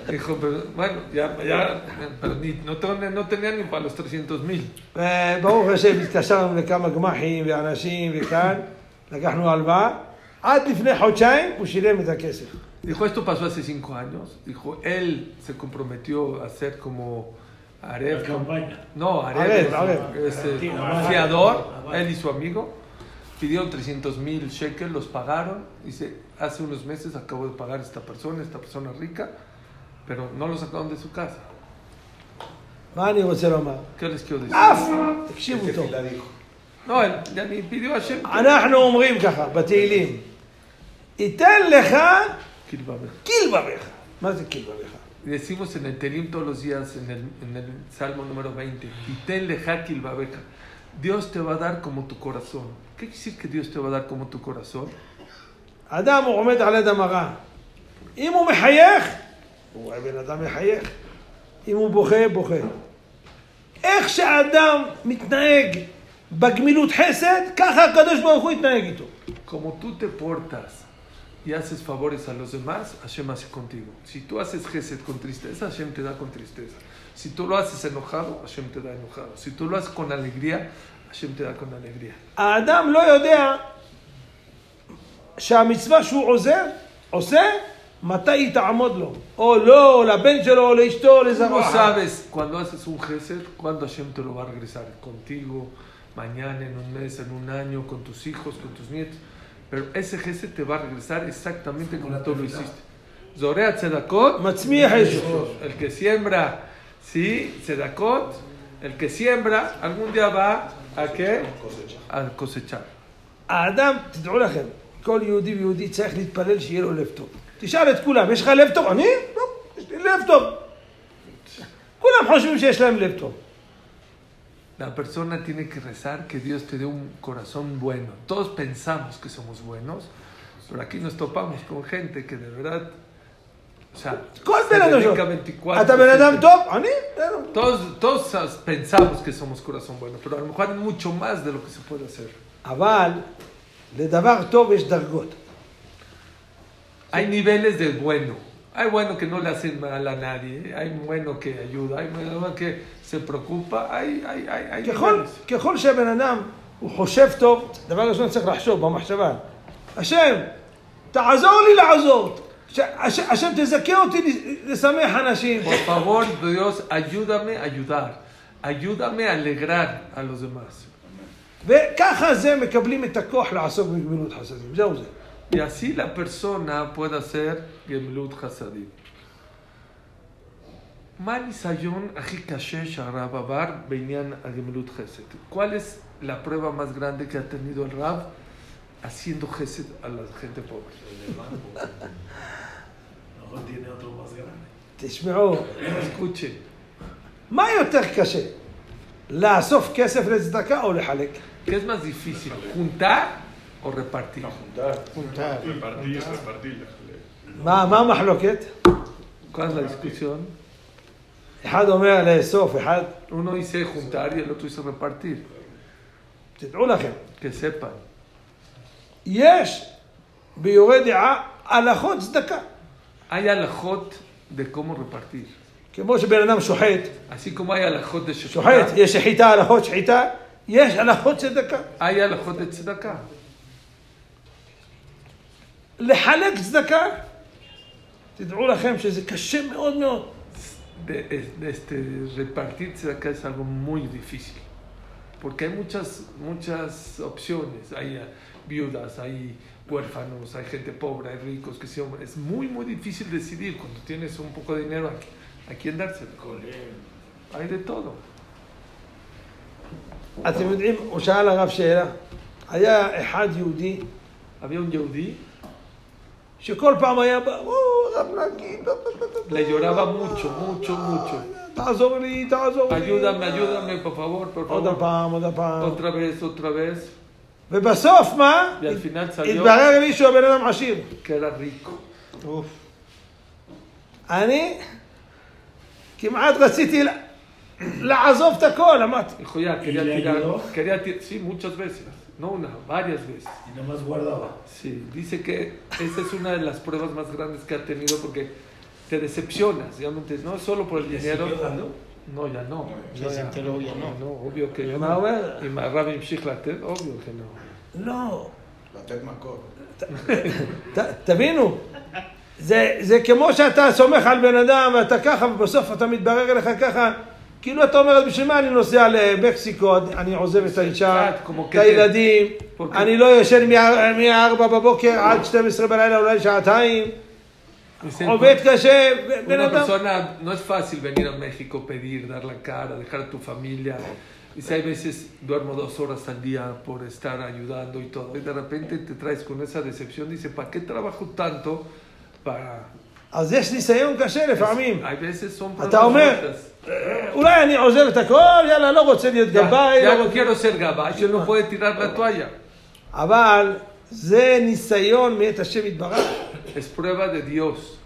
S1: Dijo, pero bueno, ya, ya pero ni- no, ten- no tenía ni para los 300 mil.
S9: ברוך השם, התקשרנו לכמה גמ"חים ואנשים וכאן, לקחנו הלוואה. עד לפני חודשיים הוא שילם את הכסף.
S1: Dijo, esto pasó hace cinco años. Dijo, él se comprometió a hacer como
S5: La
S1: Aref.
S5: campaña.
S1: No, Aref,
S9: Aref, Aref.
S1: este,
S5: Sí,
S1: fiador,
S5: Aref.
S1: él y su amigo. Pidieron 300 mil shekels, los pagaron. Dice, hace unos meses acabo de pagar a esta persona, esta persona rica, pero no lo sacaron de su casa.
S9: מה אני רוצה לומר?
S1: ¿Qué les quiero decir?
S9: אף, תקשיבו
S2: ¿Qué
S9: טוב.
S2: fila dijo?
S1: No, él ya ni pidió a Shem.
S9: אנחנו אומרים ככה, בתהילים, ייתן לך קיל בביך. מה זה קיל בביך?
S1: Decimos en el Telim todos los días, en el, en el Salmo número 20, y tenle hakil babeja. Dios te va a dar como tu corazón. ¿Qué quiere decir que Dios te va a dar como tu corazón?
S9: אדם הוא עומד על יד המראה. אם הוא מחייך, הוא הבן אדם מחייך. אם הוא בוכה, בוכה. איך שאדם מתנהג בגמילות חסד, ככה הקדוש ברוך הוא יתנהג איתו.
S1: Como tú te portas y haces favores a los demás, Hashem hace contigo. Si tú haces gesed con tristeza, Hashem te da con tristeza. Si tú lo haces enojado, Hashem te da enojado. Si tú lo haces con alegría, Hashem te da con alegría.
S9: האדם לא יודע שהמצווה שהוא עוזר, עושה, מתי היא תעמוד לו? או לו, או לבן שלו, או לאשתו, או
S1: No
S9: לזרוע.
S1: sabes cuando haces un gesed, cuándo Hashem te lo va a regresar. Contigo, mañana, en un mes, en un año, con tus hijos, con tus nietos. Pero ese gesed te va a regresar exactamente como tú lo hiciste. Zorea Tzedakot,
S9: מצמיח איזשהו.
S1: el que siembra, sí, Tzedakot, el que siembra, algún día va a qué? A cosechar.
S9: האדם, תדעו לכם, כל יהודי ויהודי צריך להתפלל שיהיה לו לב טוב. תשאל את כולם, יש לך לב טוב? אני? לא, יש לי לב טוב. כולם חושבים שיש להם לב טוב.
S1: La persona tiene que rezar que Dios te dé un corazón bueno. Todos pensamos que somos buenos, pero aquí nos topamos con gente que de verdad, o sea,
S9: כל
S1: se
S9: בן אדם
S1: dedica
S9: טוב.
S1: 24.
S9: אתה בן אדם טוב? אני? בסדר.
S1: Todos, todos pensamos que somos corazón bueno, pero a lo mejor hay mucho más de lo que se puede hacer.
S9: אבל לדבר טוב יש דרגות.
S1: Hay niveles de bueno. Hay bueno que no le hacen mal a nadie, hay bueno que ayuda, hay bueno que se preocupa, hay, hay, hay, hay
S9: ככל,
S1: niveles.
S9: ככל שהבן אדם הוא חושב טוב, דבר ראשון צריך לחשוב במחשבה. השם, תעזור לי לעזור. ש- הש- השם תזכה אותי לשמח אנשים.
S1: Por favor, Dios, ayúdame a ayudar. Ayúdame a alegrar a los demás.
S9: וככה זה מקבלים את הכוח לעסוק בגמילות חסדים. זהו זה.
S1: Y así la persona puede hacer Gemlut Hasadim. מה הניסיון הכי קשה שהרב עבר בעניין הגמילות חסד? ¿Cuál es la prueba más grande que ha tenido el rab haciendo חסד a la gente pobre?
S5: Mejor tiene otro más grande.
S9: תשמעו,
S1: Escuchen,
S9: מה יותר קשה? לאסוף כסף לצדקה או לחלק?
S1: ¿qué es más difícil, juntar o repartir?
S2: Repartir, repartir.
S9: מה, מה המחלוקת?
S1: ¿Cuál es la discusión?
S9: אחד אומר לאסוף, אחד...
S1: Uno dice juntar y el otro dice repartir.
S9: תדעו לכם,
S1: Que sepan.
S9: יש ביורה דעה הלכות צדקה.
S1: Hay alajot de cómo repartir.
S9: כמו שבן אדם שוחט,
S1: Así como hay alajot de shofar,
S9: שוחט, יש שחיטה, הלכות שחיטה, יש הלכות צדקה.
S1: hay alajot de tzedakah.
S9: לחלק צדקה, תדעו לכם שזה קשה מאוד מאוד.
S1: De- es- de este, repartir tzedakah es algo muy difícil. Porque hay muchas, muchas opciones. Hay eh, viudas, hay huérfanos, hay gente pobre, hay ricos. que se- Es muy, muy difícil decidir cuando tienes un poco de dinero a, qui- a quién dárselo. Hay de todo.
S9: אתם יודעים, הוא שאל הרב שאלה. היה אחד יהודי
S1: Había un yehudí,
S9: שכל פעם היה בא, "או, הרב נגיד, טה, טה, טה, טה,
S1: le lloraba mucho, mucho, mucho.
S9: תעזור לי, תעזור לי.
S1: Ayúdame, ayúdame, por favor, por
S9: עוד
S1: favor.
S9: הפעם, עוד הפעם.
S1: Otra vez, otra vez.
S9: ובסוף מה?
S1: Y al final salió
S9: התברר לי שהוא הבן אדם עשיר.
S1: que era rico.
S9: אני כמעט רציתי לה- לעזוב את הכל, אמרתי.
S1: Dijo, ya, quería
S5: ¿Y le
S1: tirar.
S5: ayudó?
S1: Quería ti- sí, muchas veces. No una, varias veces.
S5: Y nada más guardaba.
S1: Sí, dice que esa es una de las pruebas más grandes que ha tenido porque te decepcionas, realmente. No solo por el dinero. No, ya no.
S3: Se
S1: No,
S3: desenteró, ya no.
S1: obvio que ya
S9: מה
S1: no.
S9: הוא אומר?
S1: Y Rabbi Mshichlater, ¿eh? obvio que no.
S9: לא.
S2: לתת מכות.
S9: ת, תבינו, זה, זה כמו שאתה סומך על בן אדם ואתה ככה ובסוף אתה מתברר אליך ככה, כאילו אתה אומר, "אז בשביל מה אני נוסע למקסיקו, אני עוזב את האישה,
S1: קצת כמו
S9: את
S1: כתם.
S9: הילדים,
S1: כמו כתם.
S9: אני לא ישן מה- מהארבע בבוקר עד 12 בלילה, אולי שעתיים,
S1: כן, Dice,
S9: עובד קשה, ב- בן
S1: Una
S9: אדם...
S1: persona, no es fácil venir a México, pedir, dar la cara, dejar a tu familia. Y si hay veces duermo dos horas al día por estar ayudando y todo. Y de repente te traes con esa decepción, dice, ¿para qué trabajo tanto? Para...
S9: אז יש ניסיון קשה לפעמים.
S1: Hay veces son
S9: אתה אומר,
S1: propuestas.
S9: "אה, אולי אני עוזב את הכל, יאללה, לא רוצה להיות
S1: Ya,
S9: גבאי,
S1: ya
S9: לא
S1: no Ah.
S9: רוצה...
S1: quiero ser gabá, yo no puedo tirar la toalla.
S9: אבל זה ניסיון מאת השם יתברך.
S1: Es prueba de Dios,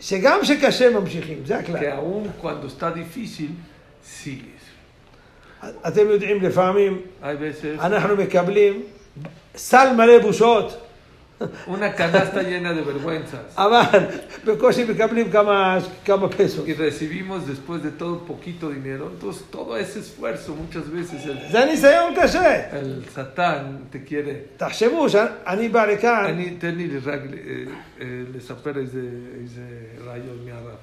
S9: שגם שקשה ממשיכים, זה הכלל.
S1: que aún cuando está difícil, sigues.
S9: אתם יודעים, לפעמים
S1: Hay veces
S9: אנחנו מקבלים סל מלא בושות,
S1: Una canasta llena de vergüenzas.
S9: אבל בקושי מקבלים כמה, כמה פסוק.
S1: Y recibimos después de todo poquito dinero. Entonces, todo ese esfuerzo, muchas veces el,
S9: זה ניסיון קשה.
S1: el satán te quiere.
S9: תחשבו שאני בא לכאן,
S1: אני, תן לי רק אה, אה, לספר איזה, איזה רעיון מהרב.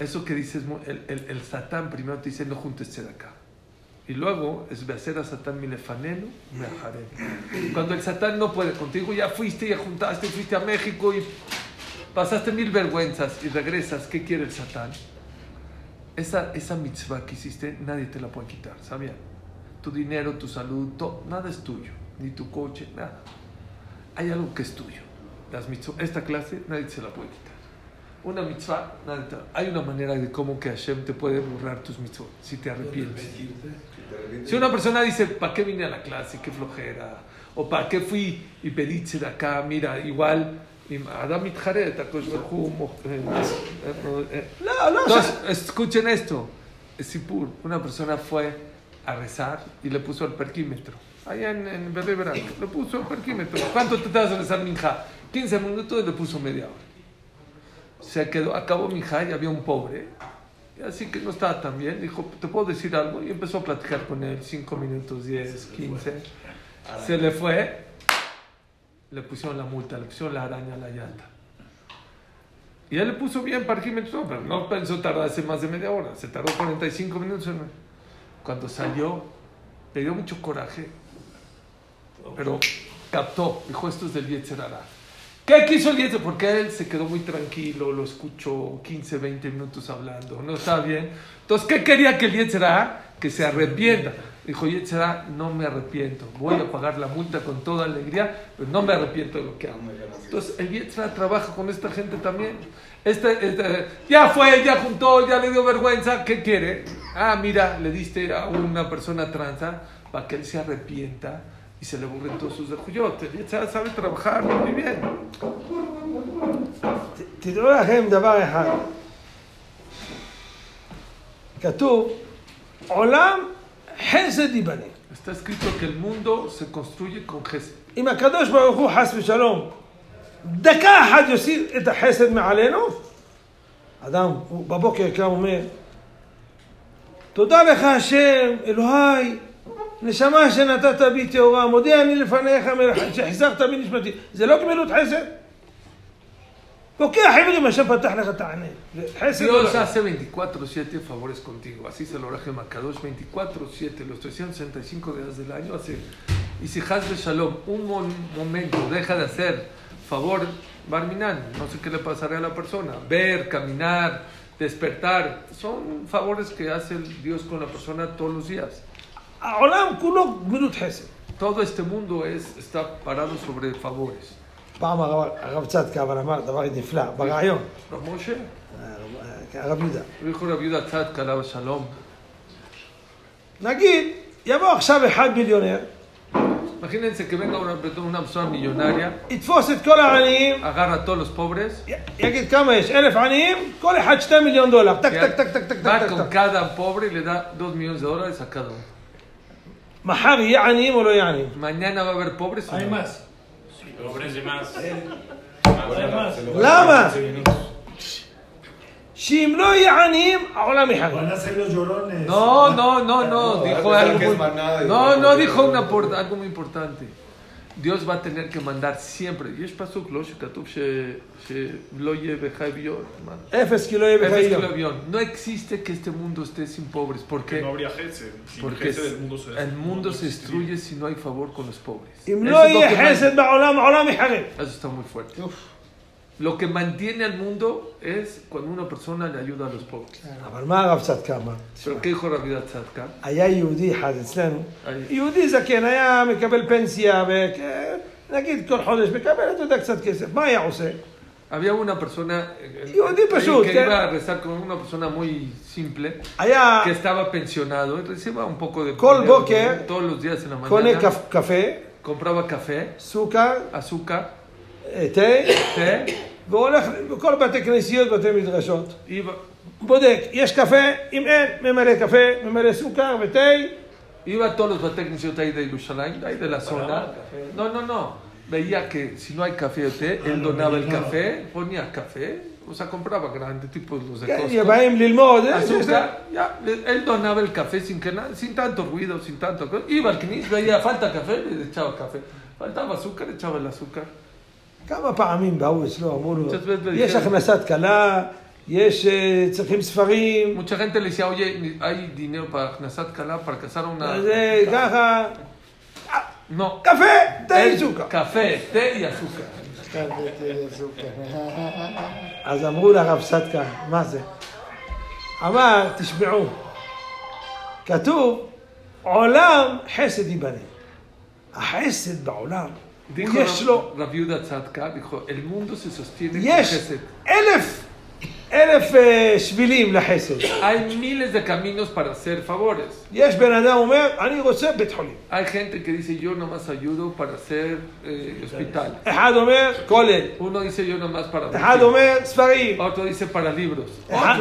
S1: Eso que dices, mu- el, el, el Satán primero te dice, no juntes acá. Y luego es hacer a Satán milefaneno, meajareno. Cuando el Satán no puede contigo, ya fuiste, ya juntaste, fuiste a México y pasaste mil vergüenzas y regresas. ¿Qué quiere el Satán? Esa, esa mitzvah que hiciste, nadie te la puede quitar, ¿sabían? Tu dinero, tu salud, to- nada es tuyo. Ni tu coche, nada. Hay algo que es tuyo. Las mitzvot- esta clase nadie se la puede quitar. Una mitzvah, nadie te- hay una manera de cómo que Hashem te puede borrar tus mitzvot, si te arrepientes. Si una persona dice, ¿para qué vine a la clase? ¡Qué flojera! O ¿para qué fui y pedí de acá? Mira, igual, im- Adam Itjaret, Akadosh Baruj Hu, mo- eh, eh, eh.
S9: לא, לא,
S1: Entonces, escuchen esto. Sipur, una persona fue a rezar y le puso el perquímetro. Allá en, en Berlín, Verano, le puso el perquímetro. ¿Cuánto te vas a rezar, Minja? 15 minutos y le puso media hora. Se quedó, acabó Minja y había un pobre. y Así que no estaba tan bien. Dijo, ¿te puedo decir algo? Y empezó a platicar con él 5 minutos, 10, 15. Se le fue. Le pusieron la multa, le pusieron la araña a la llanta. Y él le puso bien parquímetro, pero no pensó tardarse más de media hora. Se tardó 45 minutos. en- Cuando salió, le dio mucho coraje, pero captó. Dijo, esto es del Yetzerara. ¿Qué quiso el Yetzer? Porque él se quedó muy tranquilo, lo escuchó 15, 20 minutos hablando. No está bien. Entonces, ¿qué quería que el Yetzerara? Que se arrepienta. Dijo, Yetzerara, no me arrepiento. Voy a pagar la multa con toda alegría, pero no me arrepiento de lo que hago. Entonces, el Yetzirah trabaja con esta gente también. Este, este, ya fue, ya juntó, ya le dio vergüenza. ¿Qué quiere? Ah, mira, le diste a una persona tranza para que él se arrepienta y se le borren todos sus dejuyotes. El Yetzirah sabe trabajar muy bien.
S9: תדעו לכם דבר אחד. כתוב, עולם חסד ייבנה.
S1: Está escrito que el mundo se construye con gesed.
S9: אם הקדוש ברוך הוא חס ושלום דקה אחת יסיר את החסד מעלינו, אדם הוא בבוקר קם אומר, תודה לך השם, אלוהי, נשמה שנתת בי טהורה, מודה אני לפניך מלח- שחיסכת מנשמתי. זה לא גמילות חסד? פוקח עברי, אם השם פתח לך את הענן. זה חסד.
S1: Dios hace 24-7 favores contigo. Así se lo oraje Macadosh 24-7, los 365 días del año. Hace. Y si Hazbe Shalom un mon- momento deja de hacer favor, Barminan, no sé qué le pasará a la persona. Ver, caminar, despertar. Son favores que hace el Dios con la persona todos los días.
S9: העולם כולו גמילות חסד.
S1: Todo este mundo es, está parado sobre favores.
S9: פעם הרב הרב צדקה אבל אמר דבר נפלא, ברעיון, אה,
S1: Rav Moshe,
S9: הרב- הרב יהודה.
S1: dijo la viuda Tzad, Shalom.
S9: נגיד, יבוא עכשיו אחד מיליונר,
S1: Imagínense que venga una, una persona millonaria.
S9: יתפוס את כל העניים,
S1: agarra a todos los pobres,
S9: י- יגיד כמה יש, אלף עניים, כל אחד שתי מיליון דולר, טק טק טק טק טק
S1: va
S9: טק
S1: con
S9: טק.
S1: cada pobre y le da dos millones de dólares a cada uno.
S9: מחר יהיה עניים או לא יהיה עניים?
S1: Mañana va a haber pobres. o no?
S9: למה? שאם לא יהיה עניים, העולם יחרב.
S5: Van a ser los llorones.
S1: No, no, no, no,
S2: No,
S1: dijo
S2: va a pensar
S1: algo
S2: que es
S1: muy,
S2: maná y-
S1: no, no dijo una por- algo muy importante. Dios va a tener que mandar siempre. יש pasuk, לא שכתוב ש- שלא יהיה בחי ביון. מה?
S9: אפס כי לא יהיה
S1: אפס
S9: בחיי
S1: כאילו
S9: יום.
S1: ביון. No existe que este mundo esté sin pobres. ¿Por
S2: Que no
S1: qué?
S2: habría Hesed. Sin
S1: Porque
S2: Hesed el mundo se
S1: el mundo se destruye si no hay favor con los pobres.
S9: אם
S1: Eso
S9: לא
S1: es lo que
S9: יהיה
S1: manda.
S9: חסד בעולם, העולם יחרב.
S1: Eso está muy fuerte. Lo que mantiene al mundo es cuando una persona le ayuda a los pobres.
S9: אבל מה הרב צדקה אמר?
S1: Pero ¿qué dijo Rabbi Tzadka?
S9: היה יהודי אחד אצלנו,
S1: היה.
S9: יהודי זקן, היה מקבל פנסיה, וכ- נגיד כל חודש מקבל, אתה יודע, קצת כסף. מה היה עושה?
S1: Había una persona eh,
S9: Y un tipo
S1: ahí
S9: shoot,
S1: que
S9: ¿qué? Ah.
S1: iba a rezar con una persona muy simple
S9: היה
S1: que estaba pensionado y recibía un poco de
S9: Col
S1: dinero,
S9: boque.
S1: todos los días en la
S9: קונה
S1: mañana
S9: קפ- קפה,
S1: compraba café,
S9: סוכר,
S1: azúcar,
S9: אה, תה,
S1: té,
S9: והולך בכל בתי כנסיות, בתי מדרשות.
S1: iba,
S9: בודק, יש קפה, אם אין, ממלא קפה, ממלא סוכר ותה.
S1: iba a todos los técnicos de ahí de Yerushalayim, de ahí de la zona. No, no, no. veía que si no hay café o té, él donaba el café, ponía café, o sea, compraba grande, tipo los de
S9: כן,
S1: Costco.
S9: יבאים ללמוד, אה,
S1: Azúcar, ya, le- él donaba el café sin que nada, sin tanto ruido, sin tanto. co- Iba al CNIS, veía falta café, le echaba café. Faltaba azúcar, echaba el azúcar.
S9: כמה פעמים באו אצלו, אמרו לו,
S1: קצת בית-
S9: יש הכנסת כלה, יש, אה, צריכים ספרים,
S1: Mucha gente le decía, oye, hay dinero para Knasat Kalá, para casar una.
S9: זה ככה,
S1: No,
S9: קפה, תה
S1: él-
S9: זוקה.
S1: café, té y azúcar.
S9: אז אמרו לרב סדקה, מה זה? אמר, תשמעו, כתוב, עולם חסד ייבנה. החסד בעולם,
S1: Dijo
S9: הוא יש לו
S1: la, la viuda Tzadka, dijo, el mundo se sostiene con
S9: יש
S1: Gesed.
S9: אלף, אלף אה, שבילים לחסד.
S1: Hay miles de caminos para hacer favores.
S9: יש בן אדם אומר, אני רוצה בית חולים.
S1: Hay gente que dice, yo nomás ayudo para hacer eh, hospital.
S9: אחד אומר, כולל.
S1: Uno dice, yo nomás para...
S9: אחד
S1: vestir".
S9: אומר, ספרים.
S1: Otro dice, para libros.
S9: אחד-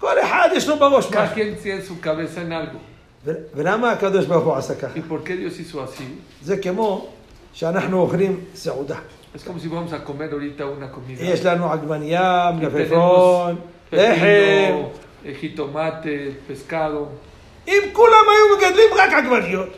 S9: כל אחד יש לו בראש
S1: Cada
S9: משהו.
S1: quien tiene su cabeza en algo.
S9: ו- ולמה הקדוש ברוך הוא עשה ככה?
S1: ¿Y por qué Dios hizo así?
S9: זה כמו שאנחנו אוכלים סעודה.
S1: Es como si vamos a comer ahorita una comida.
S9: יש לנו עגבנייה,
S1: tenemos
S9: מלפפון, לחם.
S1: pepino, eh, jitomate, pescado.
S9: אם כולם היו מגדלים רק עגבניות,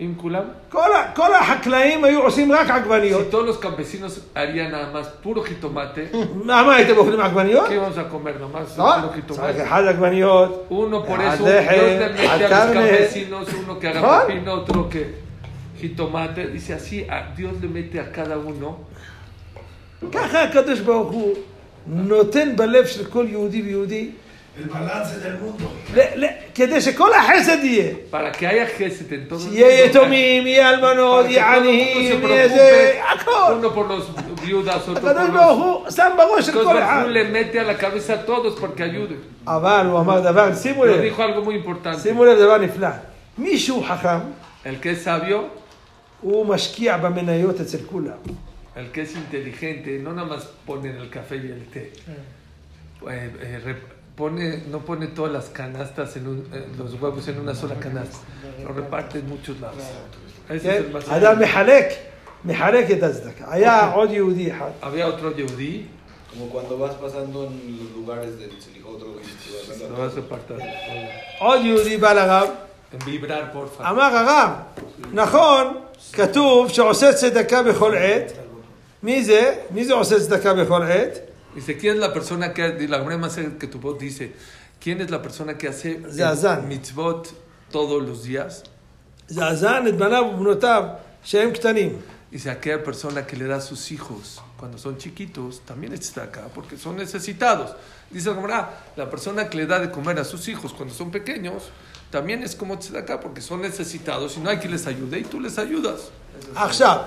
S1: ¿Im kulam?
S9: כל ה- כל החקלאים היו עושים רק עגבניות,
S1: Si todos los campesinos harían nada más puro jitomate,
S9: מה מה, הייתם אוכלים עגבניות?
S1: ¿qué vamos a comer nomás?
S9: לא,
S1: Puro
S9: צריך
S1: jitomate.
S9: אחד עגבניות.
S1: Uno por
S9: Ah,
S1: eso, Dios
S9: deje,
S1: le mete a los
S9: acarne.
S1: campesinos, uno que haga
S9: ¿Ah?
S1: pepino, otro que jitomate. Dice así, a- Dios le mete a cada uno.
S9: ככה הקדוש ברוך הוא נותן בלב של כל יהודי ויהודי,
S5: El balance del mundo.
S9: ל- ל- כדי שכל החסד יהיה.
S1: Para que haya gesed en todo el
S9: יהיה
S1: mundo.
S9: יתומים, יהיה אלמנות,
S1: Para que
S9: יהיה
S1: todo el mundo se
S9: עניים, יהיה זה,
S1: preocupe,
S9: הכל.
S1: uno por los viudas, otro por
S9: הקדוש
S1: los...
S9: ברוך הוא שם בראש של
S1: Entonces
S9: כל
S1: Baruj
S9: אחד.
S1: Hu le mete a la cabeza a todos porque ayude.
S9: אבל הוא אמר דבר, שימו
S1: Pero
S9: לב,
S1: dijo algo muy importante.
S9: שימו לב דבר נפלא. מישהו חכם,
S1: El que es sabio,
S9: הוא משקיע במניות אצל כולם.
S1: el que es inteligente, no nada más pone el café y el té. Eh, eh, rep- pone, no pone todas las canastas, en un- eh, los huevos en una sola canasta. Lo reparte en muchos lados. Ese
S9: כן?
S1: es el más
S9: אדם מחלק, מחלק את הצדקה. היה עוד יהודי אחד.
S1: Había otro yehudí,
S4: Como cuando vas pasando en los lugares del otro güey. que vas
S1: lo
S4: pasando.
S1: vas a apartar.
S9: עוד יהודי בא לרב,
S1: En vibrar, porfa.
S9: אמר הרב, נכון, כתוב שעושה צדקה בכל עת. מי זה? מי זה עושה צדקה בכל עת?
S1: Dice, ¿quién es la persona que, y la Gemara más cerca que tu voz dice, ¿quién es la persona que hace el
S9: Zazán.
S1: mitzvot todos los días?
S9: זה אזן את בניו ובנותיו שהם קטנים.
S1: Dice, aquella persona que le da a sus hijos cuando son chiquitos, también está acá porque son necesitados. Dice la Gemara, la persona que le da de comer a sus hijos cuando son pequeños, también es como acá porque son necesitados y no hay quien les ayude y tú les ayudas.
S9: עכשיו,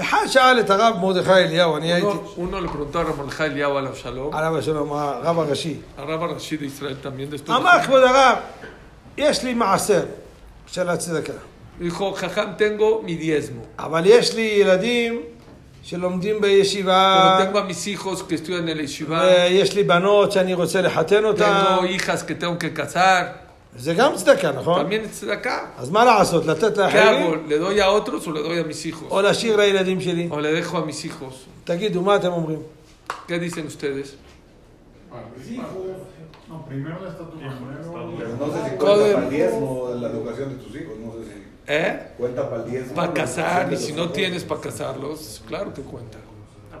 S9: אחד שאל את הרב מרדכי אליהו, אני הייתי,
S1: Uno, uno le preguntó a Ramolja Eliyahu al Shalom,
S9: עליו השלום, הרב הראשי.
S1: a Rabba Rashid de Israel también después.
S9: אמר כבוד הרב, יש לי מעשר של הצדקה,
S1: Dijo, Jajam, tengo mi diezmo.
S9: אבל יש לי ילדים שלומדים בישיבה,
S1: Pero tengo a mis hijos que estudian en el Yeshiva,
S9: ויש לי בנות שאני רוצה לחתן אותן,
S1: tengo hijas que tengo que casar,
S9: זה גם צדקה, נכון?
S1: también es de acá.
S9: אז מה לעשות, לתת
S1: ¿Qué hago?
S9: לאחרים,
S1: ¿Le doy a otros o le doy a mis hijos?
S9: או להשאיר לילדים שלי?
S1: ¿O le dejo a mis hijos?
S9: תגידו, מה אתם אומרים?
S1: ¿Qué dicen ustedes?
S2: No, primero está tu mamá.
S4: Pero no sé si
S1: Todo
S4: cuenta
S1: el-
S4: para el diezmo la educación de tus hijos, no sé si
S1: ¿Eh?
S4: cuenta para el diezmo.
S1: Para
S4: la
S1: casar,
S4: educación
S1: y
S4: de
S1: si
S4: los
S1: no
S4: hijos.
S1: tienes para casarlos, claro que cuenta.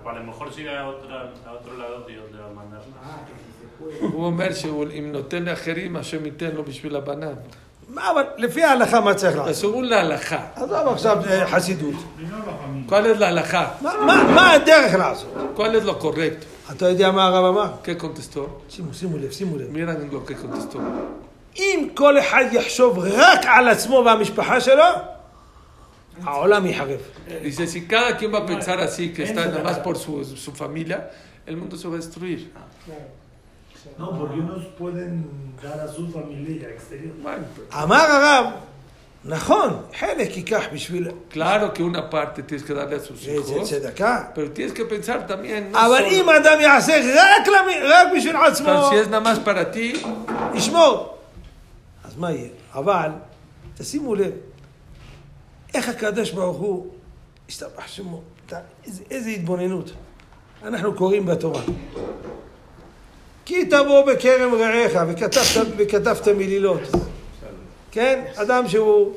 S6: A lo mejor si va a, otra, a otro lado Dios le va a mandar.
S1: הוא אומר שאם נותן לאחרים, השם ייתן לו בשביל הבניו.
S9: מה, אבל לפי ההלכה מה צריך
S1: אז
S9: לעשות?
S1: סורו להלכה.
S9: עזוב עכשיו אה, חסידות.
S2: Primero la familia.
S1: ¿Cuál es la halajá?
S9: מה- מה מה הדרך לעשות?
S1: ¿Cuál es lo correcto?
S9: אתה יודע מה הרב אמר?
S1: ¿Qué contestó?
S9: שימו, שימו לב, שימו לב.
S1: Miren lo que contestó.
S9: אם כל אחד יחשוב רק על עצמו והמשפחה שלו, העולם ייחרב.
S1: Dice, si cada quien va a pensar así, que está nada más por su, su familia, el mundo se va a destruir.
S5: No, porque unos pueden dar a su familia exterior.
S1: Bueno, pero
S9: אמר הרב, נכון, חלק ייקח בשביל
S1: claro que una parte tienes que darle a sus
S9: איזה
S1: hijos,
S9: צדקה,
S1: pero tienes que pensar también. no
S9: אבל
S1: solo-
S9: אם אדם יעשה רק, למ... רק בשביל
S1: Pero
S9: עצמו,
S1: si es nada más para ti,
S9: ישמור. אז מה יהיה? אבל, תשימו לב, איך הקדוש ברוך הוא השתבח שמו, אתה- איזה- איזה התבוננות. אנחנו קוראים בתורה. כי תבוא בכרם רעך, וכתבת, וכתבת מלילות. כן? אדם שהוא...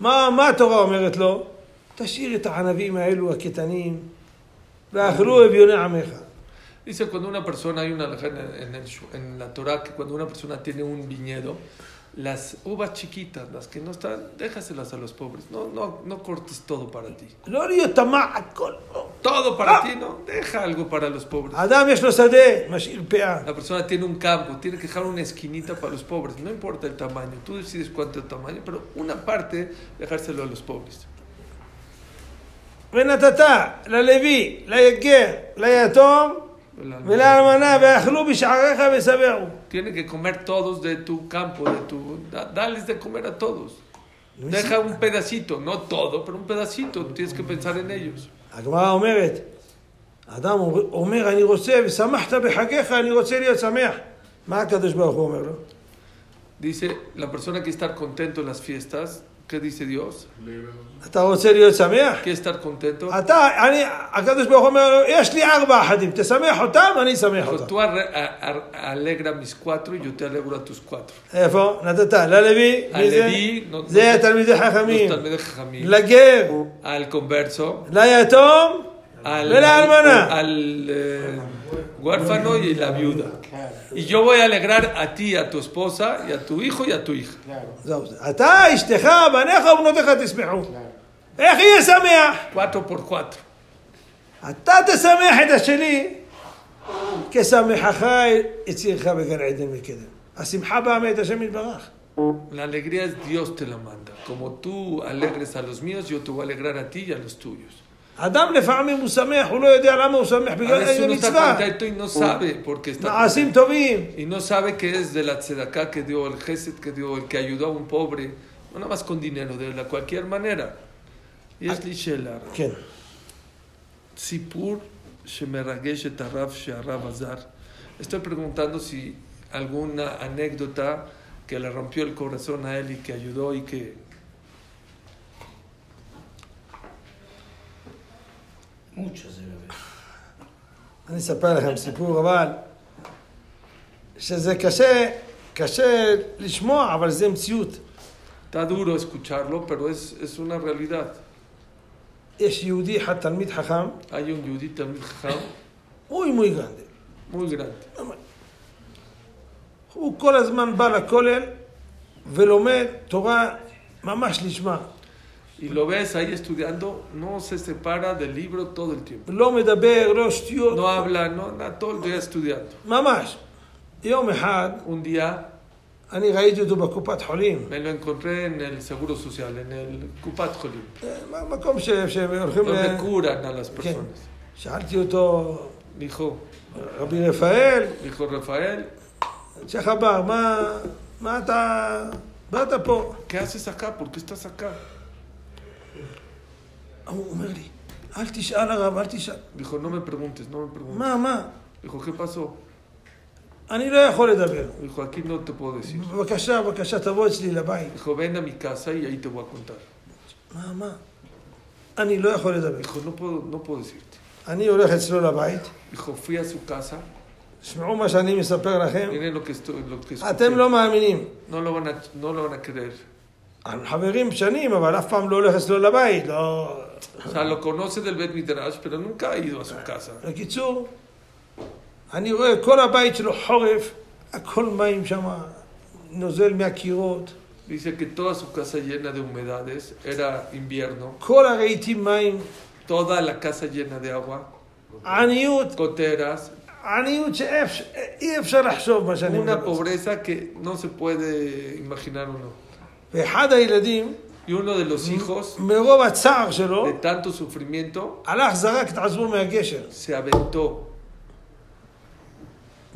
S9: מה, מה התורה אומרת לו? תשאיר את הענבים האלו הקטנים, ואכלו אביוני עמך.
S1: Dice cuando una persona, hay una alhaja en, en el Shu- en la Torah que cuando una persona tiene un viñedo, las uvas chiquitas, las que no están, déjaselas a los pobres. No, no, no cortes todo para ti.
S9: לא להיות טמא, הכל...
S1: Todo para ti, no. Deja algo para los pobres.
S9: אדם יש לו שדה, משאיר פאה.
S1: La persona tiene un campo, tiene que dejar una esquinita para los pobres. No importa el tamaño, tú decides cuánto tamaño, pero una parte dejárselo a los pobres.
S9: ונתת ללוי, ליגר, ליתום, ולאלמנה, ואכלו בשעריך ושבעו.
S1: Tiene que comer todos de tu campo, de tu. da- dales de comer a todos. Deja un pedacito, no todo, pero un pedacito. Tienes que pensar en ellos.
S9: הגמרא אומרת, האדם אומר, אני רוצה, ושמחת בחגיך, אני רוצה להיות שמח. מה הקדוש ברוך הוא אומר לו?
S1: Dice la persona que estar contento en las fiestas. ¿Qué dice Dios?
S9: אתה רוצה להיות שמח?
S1: ¿Qué estar contento?
S9: Ah, אתה, אני, הקדוש ברוך הוא אומר לו, יש לי ארבע אחדים, תשמח אותם, אני אשמח
S1: Dijo,
S9: אותם.
S1: Tú arre- a- a- alegra mis cuatro y yo te alegro a tus cuatro.
S9: איפה? נתת, ללוי, מי זה?
S1: הלוי, נו-
S9: זה
S1: נו-
S9: תלמידי חכמים,
S1: Los Talmidei Jajamim,
S9: לגר,
S1: al converso,
S9: ליתום,
S1: al,
S9: Ve la hermana.
S1: al, eh, huérfano y la viuda. Y yo voy a alegrar a ti, a tu esposa, y a tu hijo y a tu hija.
S9: זהו זה. אתה, אשתך, בניך ובנותיך תשמחו. איך יהיה שמח?
S1: Cuatro por cuatro.
S9: אתה תשמח את השני, כשמחך יצירך בגן עדן מקדם. השמחה באה מאת השם יתברך.
S1: La alegría es Dios te la manda. Como tú alegres a los míos, yo te voy a alegrar a ti y a los tuyos.
S9: אדם לפעמים הוא שמח, הוא לא יודע למה הוא שמח
S1: A
S9: בגלל
S1: veces
S9: איזה
S1: uno está
S9: מצווה.
S1: contento y no sabe por qué está
S9: מעשים טובים.
S1: Y no sabe qué es de la tzedaká que dio, el gesed que dio, el que ayudó a un pobre, no nada más con dinero, de la cualquier manera. Y es Lishela,
S9: כן.
S1: Sipur Shemeragesh et Arab Shearab Azar. Estoy preguntando si alguna anécdota que le rompió el corazón a él y que ayudó y que.
S4: Muchas debe haber.
S9: אני אספר לכם סיפור, אבל שזה קשה, קשה לשמוע, אבל זה מציאות.
S1: Está duro escucharlo, pero es, es una realidad.
S9: יש יהודי אחד, תלמיד חכם,
S1: Hay un yudita
S9: אוי מוי גנדי.
S1: muy grande.
S9: הוא כל הזמן בא לכולל ולומד תורה ממש לשמה.
S1: Y lo ves ahí estudiando, no se separa del libro todo el tiempo.
S9: לא מדבר, לא שטויות,
S1: No habla, no, nada, todo el día estudiando.
S9: ממש. יום אחד
S1: Un día
S9: אני ראיתי אותו בקופת חולים,
S1: me lo encontré en el Seguro Social, en el Cupat Jolim,
S9: אה, מקום ש- שהולכים ל...
S1: donde curan a las personas.
S9: שאלתי אותו,
S1: Dijo,
S9: רבי רפאל,
S1: dijo Rafael,
S9: שייח אבר, מה, מה אתה, באת פה?
S1: ¿qué haces acá? ¿Por qué estás acá?
S9: הוא אומר לי, אל תשאל הרב, אל תשאל.
S1: Dijo, no me preguntes, no me preguntes.
S9: מה, מה?
S1: Dijo, ¿qué pasó?
S9: אני לא יכול לדבר.
S1: Dijo, aquí no te puedo decir.
S9: בבקשה, בבקשה, תבוא אצלי לבית.
S1: Dijo, ven a mi casa y ahí te voy a contar.
S9: מה, מה? אני לא יכול לדבר.
S1: Dijo, no puedo, no puedo decirte.
S9: אני הולך אצלו לבית,
S1: Dijo, fui a su casa,
S9: תשמעו מה שאני מספר לכם,
S1: miren lo que estoy, lo que escuché.
S9: אתם לא מאמינים.
S1: No lo van a, no lo van a creer.
S9: אנחנו חברים שנים, אבל אף פעם לא הולך אצלו לבית, לא...
S1: O sea, lo conoce del Bet Midrash, pero nunca ha ido a su casa.
S9: בקיצור, אני רואה כל הבית שלו חורף, הכל מים שם, נוזל מהקירות,
S1: Dice que toda su casa llena de humedades, era invierno,
S9: כל הרהיטים מים,
S1: toda la casa llena de agua,
S9: עניות,
S1: goteras,
S9: עניות שאי אפשר לחשוב מה שאני
S1: una
S9: מדבר.
S1: pobreza que no se puede imaginar uno.
S9: ואחד הילדים,
S1: Y uno de los hijos,
S9: מרוב הצער שלו,
S1: de tanto sufrimiento,
S9: הלך, זרק את עצמו מהגשר,
S1: se aventó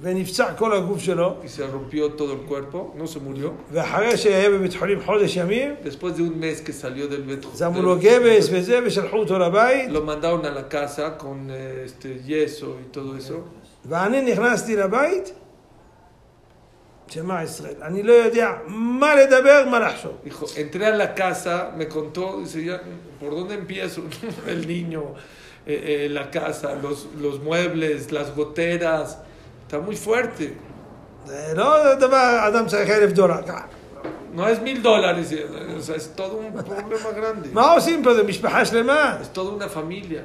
S9: ונפצע כל הגוף שלו.
S1: y se rompió todo el cuerpo, no se murió.
S9: ואחרי שהיה בבית חולים חודש ימים,
S1: Después de un mes que salió del Bet
S9: שמו לו גבס וזה, ושלחו אותו לבית,
S1: lo mandaron a la casa con eh, este, yeso y todo eso.
S9: ואני נכנסתי לבית, שמע ישראל, אני לא יודע מה לדבר, מה לחשוב.
S1: Dijo, entré a la casa, me contó, dice, ya, ¿por dónde empiezo? El niño, eh, eh, la casa, los, los muebles, las goteras. Está muy fuerte.
S9: זה לא דבר, אדם צריך אלף דולר.
S1: No es mil dólares, eh, o sea, es todo un problema grande.
S9: מה עושים פה? זה משפחה שלמה.
S1: Es toda una familia.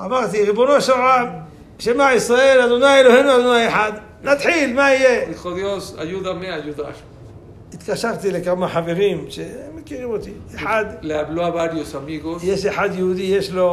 S9: אמרתי, ריבונו של עולם, שמע ישראל, אדוני אלוהינו, אדוני אחד. נתחיל, מה יהיה?
S1: Dijo Dios, ayúdame a ayudar.
S9: התקשרתי לכמה חברים שמכירים אותי. אחד,
S1: Le habló a varios amigos.
S9: יש אחד יהודי, יש לו,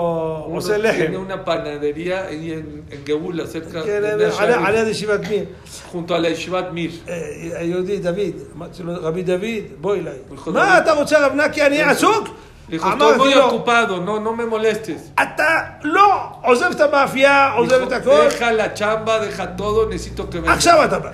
S1: Uno
S9: עושה
S1: tiene
S9: לחם.
S1: una panadería ahí en, en Geula, cerca
S9: כן,
S1: de Nea
S9: על-
S1: Sharif,
S9: על יד ישיבת מיר.
S1: junto a la Yeshivat Mir.
S9: אה, היהודי דוד, אמרתי לו, רבי דוד, בוא אליי.
S1: הוא יכול
S9: מה
S1: להגיד-
S9: אתה רוצה רב נקי, אני עסוק?
S1: Le dijo, estoy muy
S9: אמרתי לו,
S1: ocupado, no, no me molestes.
S9: אתה לא עוזב את המאפייה, עוזב את
S1: Dijo,
S9: הכל,
S1: deja la chamba, deja todo, necesito que venga.
S9: עכשיו אתה בא.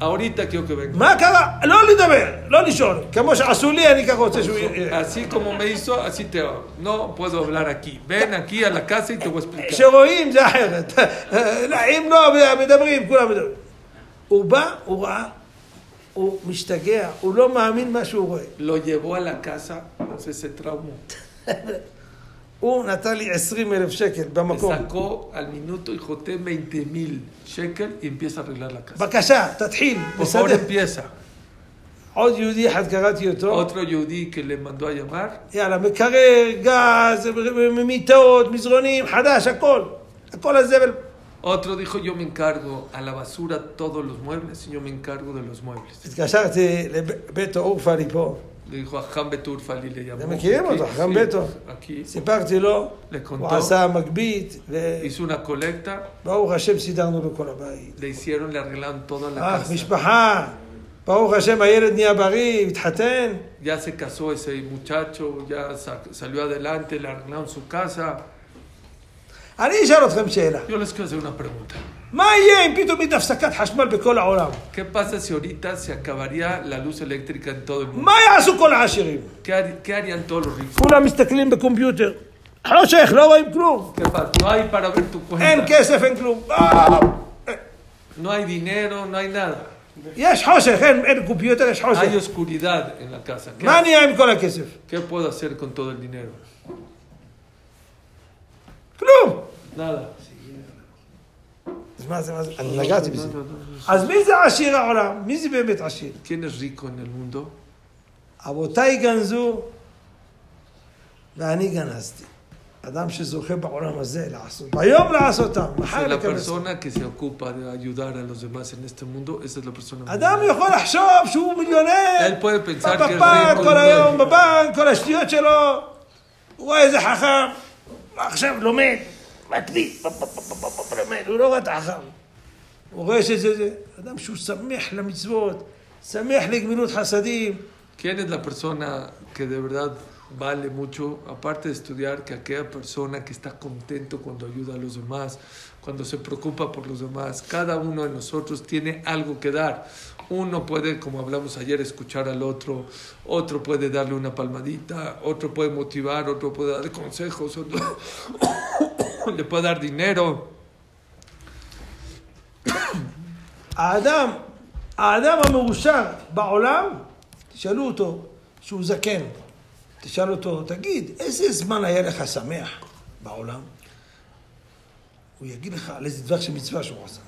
S1: Ahorita quiero que venga.
S9: מה קרה? לא לדבר, לא לשאול. כמו שעשו לי, אני ככה רוצה שהוא...
S1: Dijo,
S9: יהיה.
S1: Así como me hizo, así te va. No puedo hablar aquí. Ven aquí a la casa y te voy a explicar.
S9: כשרואים זה אחרת. לא, אם לא, מדברים, כולם מדברים. הוא בא, הוא ראה, הוא משתגע, הוא לא מאמין מה שהוא רואה.
S1: Lo llevó a la casa, entonces se traumó.
S9: הוא נתן לי 20 אלף שקל
S1: Le
S9: במקום.
S1: sacó al minuto y joté 20 mil shekel y empieza a arreglar la casa.
S9: בבקשה, תתחיל,
S1: Por favor,
S9: בסדר.
S1: empieza.
S9: עוד יהודי אחד קראתי אותו,
S1: Otro yudí que le mandó a llamar,
S9: יאללה, מקרר, גז, מיטות, מזרונים, חדש, הכל. הכל הזבל.
S1: Otro dijo, yo me encargo a la basura todos los muebles y yo me encargo de los muebles.
S9: התקשרתי לבית עורפה לי פה,
S1: Le dijo a Jan Betur Fali, le llamó.
S9: ¿De me quiere,
S1: Aquí,
S9: Mota? Jan
S1: sí,
S9: Beto.
S1: Aquí.
S9: סיפרתי לו,
S1: Le contó.
S9: הוא עשה מגבית, וברוך
S1: Hizo una colecta,
S9: השם סידרנו לו כל הבית.
S1: le hicieron, le arreglaron toda la
S9: אח,
S1: casa.
S9: משפחה, ברוך השם הילד נהיה בריא, התחתן,
S1: Ya se casó ese muchacho, ya sa- salió adelante, le arreglaron su casa.
S9: אני אשאל אתכם שאלה,
S1: Yo les quiero hacer una pregunta.
S9: מה יהיה אם פתאום יהיה הפסקת חשמל בכל העולם?
S1: ¿Qué pasa si ahorita se acabaría la luz eléctrica en todo el mundo?
S9: מה יעשו כל העשירים?
S1: ¿Qué, har- qué harían todos los ricos?
S9: כולם מסתכלים בקומפיוטר, חושך, לא רואים כלום,
S1: ¿Qué pasa? No hay para ver tu
S9: אין
S1: cuenta.
S9: כסף, אין כלום, אה,
S1: No hay dinero, no hay nada.
S9: יש חושך, אין- אין קומפיוטר, יש חושך.
S1: Hay oscuridad en la casa. ¿Qué
S9: מה נהיה עם כל הכסף?
S1: ¿Qué puedo hacer con todo el dinero?
S9: כלום.
S1: Nada.
S9: אז מה זה, מה זה, אני נגעתי
S1: No,
S9: בזה.
S1: no, no, no.
S9: אז מי זה עשיר העולם? מי זה באמת עשיר?
S1: ¿Quién es rico en el mundo?
S9: אבותיי גנזו ואני גנזתי. אדם שזוכה בעולם הזה לעשות, ביום לעשותם, מחר
S1: Es la
S9: לקבל.
S1: persona que se ocupa de ayudar a los demás en este mundo, esa es la persona. más
S9: אדם
S1: rica.
S9: יכול לחשוב שהוא מיליונר,
S1: Él puede pensar que es
S9: בפאפאק
S1: rico.
S9: כל היום,
S1: y no es.
S9: בבנק, כל השטויות שלו, הוא רואה איזה חכם, עכשיו לומד, מקליט, פ- פ- פ- פ- פ- פ- לומד, הוא לא רואה את החכם. הוא רואה שזה זה, אדם שהוא שמח למצוות, שמח לגמילות חסדים,
S1: ¿Quién es la persona que de verdad vale mucho? Aparte de estudiar, que aquella persona que está contento cuando ayuda a los demás, cuando se preocupa por los demás. Cada uno de nosotros tiene algo que dar. Uno puede, como hablamos ayer, escuchar al otro, otro puede darle una palmadita, otro puede motivar, otro puede dar consejos, otro le puede dar dinero.
S9: האדם, האדם המאושר בעולם, תשאלו אותו, שהוא זקן, תשאל אותו, תגיד, איזה זמן היה לך שמח בעולם? הוא יגיד לך על איזה דבר של מצווה שהוא עשה.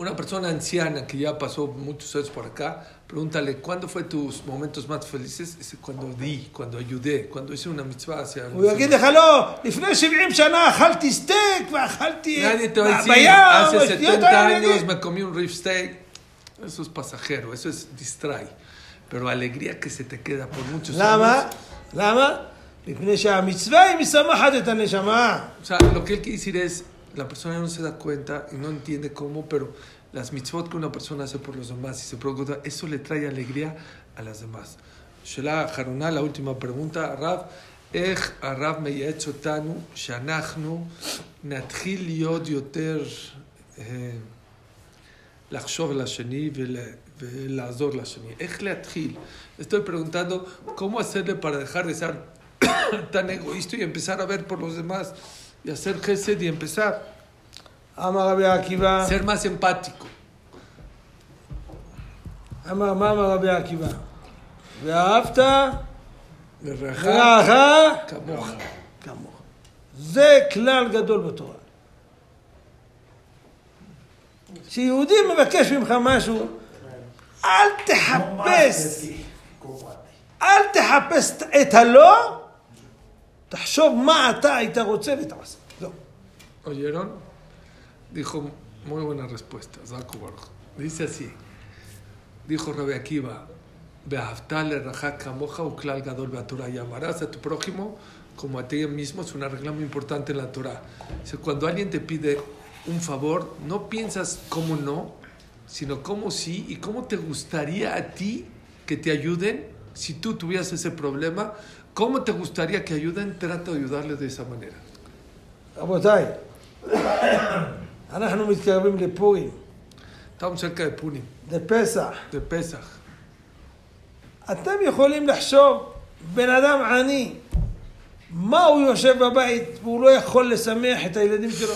S1: Una persona anciana que ya pasó muchos años por acá, pregúntale, ¿cuándo fue tus momentos más felices? Dice, cuando di, cuando ayudé, cuando hice una mitzvah hacia los
S9: הוא יגיד
S1: demás".
S9: לך, לא, לפני 70 שנה אכלתי סטייק ואכלתי
S1: Nadie te va a decir,
S9: בים,
S1: hace
S9: השטויות
S1: 70
S9: האלה,
S1: años
S9: נגיד.
S1: me comí un rib steak. Eso es pasajero, eso es distrae. Pero alegría que se te queda por muchos
S9: למה?
S1: años.
S9: למה? מפני שהמצווה היא משמחת את הנשמה.
S1: O sea, lo que él quiere decir es, la persona no se da cuenta y no entiende cómo, pero las mitzvot que una persona hace por los demás y se pregunta, eso le trae alegría a las demás. Shela Haruná, la última pregunta, Rav, איך הרב מייעץ אותנו שאנחנו נתחיל להיות יותר אה, לחשוב לשני ול, ולעזור לשני? איך להתחיל? Estoy preguntando, ¿cómo hacerle para dejar de ser tan egoísta y empezar a ver por los demás y hacer gesed y empezar
S9: אמר רבי עקיבא,
S1: a ser más empático.
S9: אמר מאמר רבי עקיבא, ואהבת
S1: לרעך
S9: רעך
S1: כמוך.
S9: כמוך. זה כלל גדול בתורה. כשיהודי מבקש ממך משהו, אל תחפש, אל תחפש את הלא, תחשוב מה אתה היית רוצה ותעשה. לא, זהו.
S1: ¿Oyeron? Dijo muy buena respuesta, Zaku Baruj. Dice así, dijo Rabbi Akiva, Beaftale Rajak Kamoja Uklal Gadol Beatura, y amarás a tu prójimo como a ti mismo, es una regla muy importante en la Torah. Dice, cuando alguien te pide un favor, no piensas cómo no, sino cómo sí y cómo te gustaría a ti que te ayuden si tú tuvieras ese problema, cómo te gustaría que ayuden, trata de ayudarles de esa manera.
S9: רבותיי, אנחנו מתקרבים לפורים,
S1: Estamos cerca de Punim,
S9: לפסח.
S1: de Pesach.
S9: אתם יכולים לחשוב, בן אדם עני, מה הוא יושב בבית והוא לא יכול לשמח את הילדים שלו?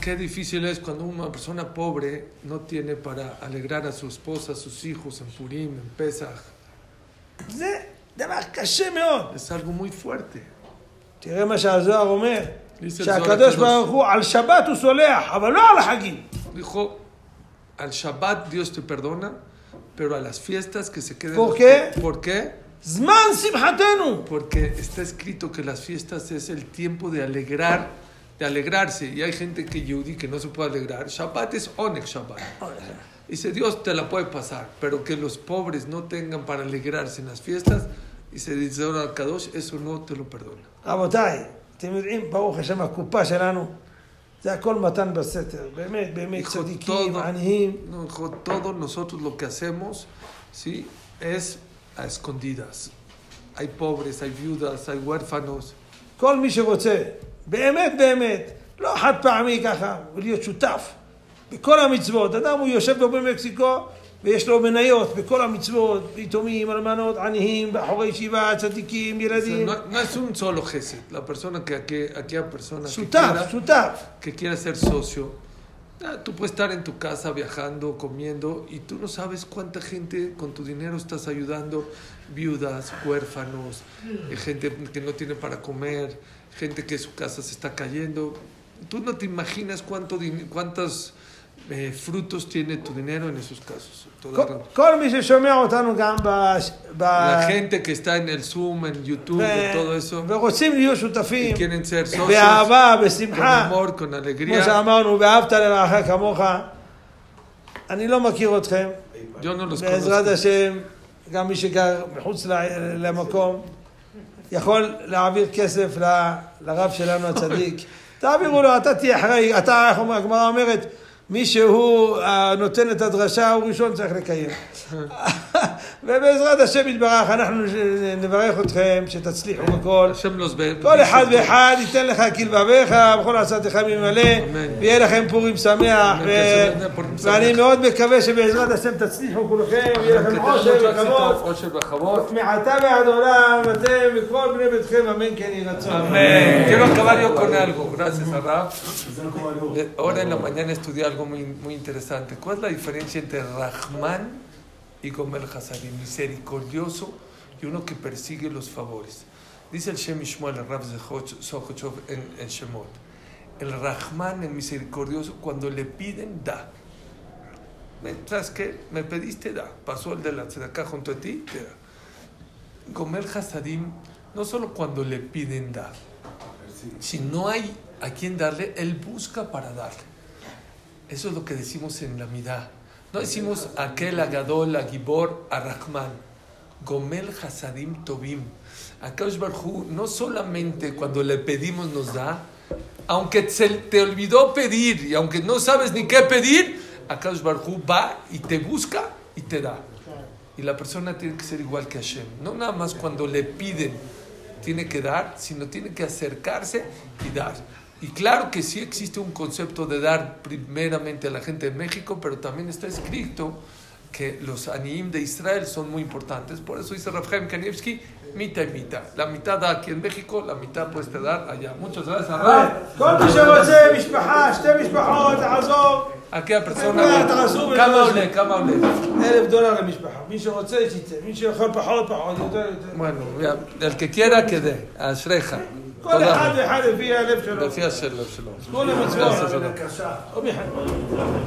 S1: Qué difícil es cuando una persona pobre no tiene para alegrar a su esposa, a sus hijos en Purim, en Pesach.
S9: זה דבר קשה מאוד.
S1: Es algo muy fuerte.
S9: תראה מה שהזוהר אומר,
S1: ניסן זוהר הקדוש.
S9: שהקדוש ברוך הוא על שבת הוא סולח, אבל לא על החגים.
S1: Dijo, al Shabbat Dios te perdona, pero a las fiestas que se queden...
S9: ¿Por qué?
S1: ¿Por qué?
S9: זמן שמחתנו.
S1: Porque está escrito que las fiestas es el tiempo de alegrar, de alegrarse. Y hay gente que Yehudi que no se puede alegrar. Shabbat es Onek Shabbat. Dice, Dios te la puede pasar, pero que los pobres no tengan para alegrarse en las fiestas, y se dice ahora al Kadosh, eso no te lo perdona.
S9: רבותיי, אתם יודעים, ברוך השם, הקופה שלנו, זה הכל מתן בסתר. באמת, באמת,
S1: Hijo,
S9: צדיקים,
S1: todo,
S9: עניים.
S1: no, hijo, todo nosotros lo que hacemos, ¿sí? Es a escondidas. Hay pobres, hay viudas, hay huérfanos.
S9: כל מי שרוצה, באמת באמת, לא חד פעמי ככה, ולהיות שותף בכל המצוות. אדם הוא יושב פה במקסיקו ויש לו מניות בכל המצוות, יתומים, אלמנות, עניים, בחורי ישיבה, צדיקים,
S1: O sea,
S9: ילדים.
S1: No, no es un solo gesed. La persona que, que aquella persona que
S9: שותף,
S1: quiera-
S9: שותף.
S1: que quiera ser socio, ah, tú puedes estar en tu casa viajando, comiendo, y tú no sabes cuánta gente con tu dinero estás ayudando, viudas, huérfanos, eh, gente que no tiene para comer, gente que su casa se está cayendo. Tú no te imaginas cuánto din- cuántos eh, frutos tiene tu dinero en esos casos. Toda
S9: כל-
S1: razón.
S9: כל מי ששומע אותנו גם בש- ב...
S1: La gente que está en el Zoom, en YouTube, en todo eso,
S9: ורוצים להיות
S1: y
S9: shutafim
S1: quieren ser socios,
S9: באהבה,
S1: con
S9: בשמחה.
S1: amor, con
S9: כמו
S1: alegría.
S9: שאמרנו, ואהבת לרעך כמוך. אני לא מכיר אתכם.
S1: Yo no los
S9: בעזרת
S1: conozco.
S9: השם, גם מי שגר מחוץ ל- למקום, יכול להעביר כסף ל- לרב שלנו הצדיק. תעבירו לו, אתה תהיה אחראי, אתה, איך אומר- הגמרא אומרת, מי שהוא אה, נותן את הדרשה, הוא ראשון צריך לקיים. ובעזרת השם יתברך, אנחנו נ- נברך אתכם, שתצליחו בכל.
S1: Hashem los ve-
S9: כל אחד ואחד ייתן לך כלבביך, בכל עצתך ממלא, ויהיה לכם פורים שמח.
S1: אמן,
S9: ו-
S1: כן, שמח, פורים שמח.
S9: ואני מאוד מקווה שבעזרת השם תצליחו כולכם, יהיה לכם עושר וכבוד, מעתה ועד עולם, אתם וכל בני ביתכם, אמן כן יהי רצון.
S1: Amén. Quiero acabar yo con algo, gracias a Raf. Le- Eh, Ahora en la mañana estudié algo muy, muy interesante. ¿Cuál es la diferencia entre Rahman y Gomel Hasadim? Misericordioso y uno que persigue los favores. Dice el Shem Ishmael el Raf Zehoch- Sochochov en, en Shemot. El Rahman, el misericordioso, cuando le piden, da. Mientras que me pediste, da. Pasó el de la acá junto a ti, te da. Gomer Hasadim, no solo cuando le piden dar, si no hay a quien darle, él busca para darle. Eso es lo que decimos en la midá. No decimos aquel agadol, agibor, arrahman. Gomel Hasadim Tobim. Akash Barhu no solamente cuando le pedimos nos da, aunque se te olvidó pedir y aunque no sabes ni qué pedir, Akash Barhu va y te busca y te da. Y la persona tiene que ser igual que Hashem. No nada más cuando le piden tiene que dar, sino tiene que acercarse y dar. Y claro que sí existe un concepto de dar primeramente a la gente de México, pero también está escrito que los aniim de Israel son muy importantes. Por eso dice Rav Chaim Kanievski, mitad y mitad. La mitad da aquí en México, la mitad puedes te dar allá. Muchas gracias, Rav.
S9: כל מי שרוצה משפחה, שתי משפחות, לעזור,
S1: aquella
S9: אה,
S1: persona,
S9: תעשו בזה.
S1: כמה עולה, כמה עולה.
S9: אלף דולר למשפחה. מי שרוצה, שיצא. מי שיכול פחות, פחות, יותר, יותר.
S1: Bueno, ya, el que quiera que dé, אשריך.
S9: כל אחד
S1: תודה.
S9: ואחד לפי הלב שלו.
S1: לפי השלב שלו.
S9: כל המצוות.
S1: תודה.
S5: קשה.
S9: או מחד-